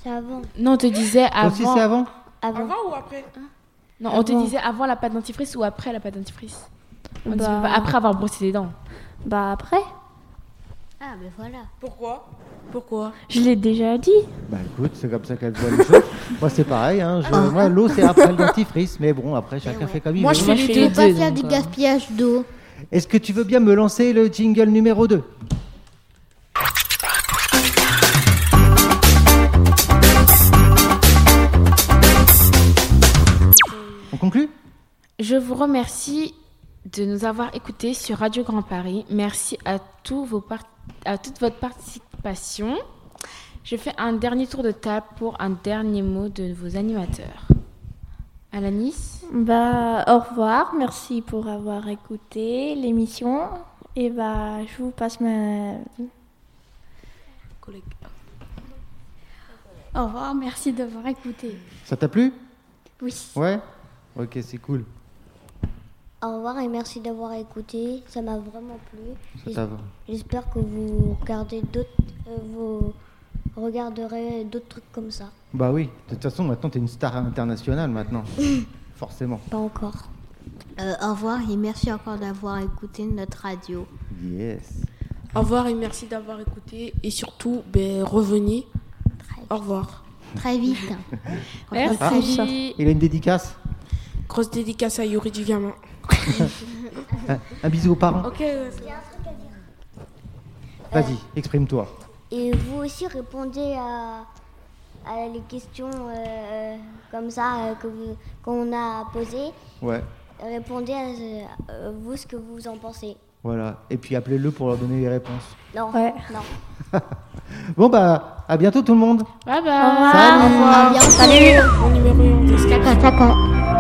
S6: C'est avant.
S1: Non, on te disait
S5: Aussi
S1: avant.
S5: c'est avant
S6: Avant. Hein
S2: Avant ou après
S1: Non, on te
S8: Avant.
S1: disait avant la pâte dentifrice ou après la pâte dentifrice. On disait
S8: Bah.
S1: pas après avoir brossé les dents.
S8: Bah après,
S4: Ah, mais voilà.
S2: Pourquoi Pourquoi
S8: je l'ai déjà dit.
S5: Bah écoute, c'est comme ça qu'elle voit les choses. Moi c'est pareil, hein, je- moi l'eau c'est après le dentifrice, mais bon après chacun fait comme il
S1: Ah. Eh Moi,
S5: veut.
S1: je
S4: Faut
S1: fais les
S4: pas
S1: deux. donc,
S4: faire du
S1: euh,
S4: gaspillage d'eau.
S5: Est-ce que tu veux bien me lancer le jingle numéro 2 On conclut
S1: Je vous remercie de nous avoir écoutés sur Radio Grand Paris. Merci à, tous vos par- à toute votre participation. Je fais un dernier tour de table pour un dernier mot de vos animateurs. Alanis
S8: Bah au revoir, merci pour avoir écouté l'émission et bah je vous passe ma
S7: Au revoir, merci d'avoir écouté.
S5: Ça t'a plu
S7: Oui.
S5: Ouais Ok, c'est cool.
S6: Au revoir et merci d'avoir écouté. Ça m'a vraiment plu.
S5: Ça
S6: J'es-
S5: t'a-
S6: J'espère que vous regardez d'autres, euh, vous regarderez d'autres trucs comme ça.
S5: Bah oui, de toute façon maintenant t'es une star internationale maintenant. Forcément.
S6: Pas encore.
S4: Euh, au revoir et merci encore d'avoir écouté notre radio.
S5: Yes.
S2: Au revoir et merci d'avoir écouté. Et surtout, ben, revenez. Au revoir.
S4: Très vite.
S1: Merci.
S5: Il a une dédicace
S2: Grosse dédicace à Yuri du gamin.
S5: Un bisou aux parents
S2: Ok,
S1: Euh.
S5: Vas-y, exprime-toi.
S6: Et vous aussi répondez à, à les questions euh, comme ça euh, que vous- qu'on a posées.
S5: Ouais,
S6: Répondez à ce- euh, vous ce que vous en pensez.
S5: voilà. Et puis appelez-le pour leur donner les réponses.
S6: Non,
S8: Ouais.
S6: non.
S5: Bon bah, à bientôt tout le monde
S1: Bye bye.
S5: Salut
S2: mon numéro est en description.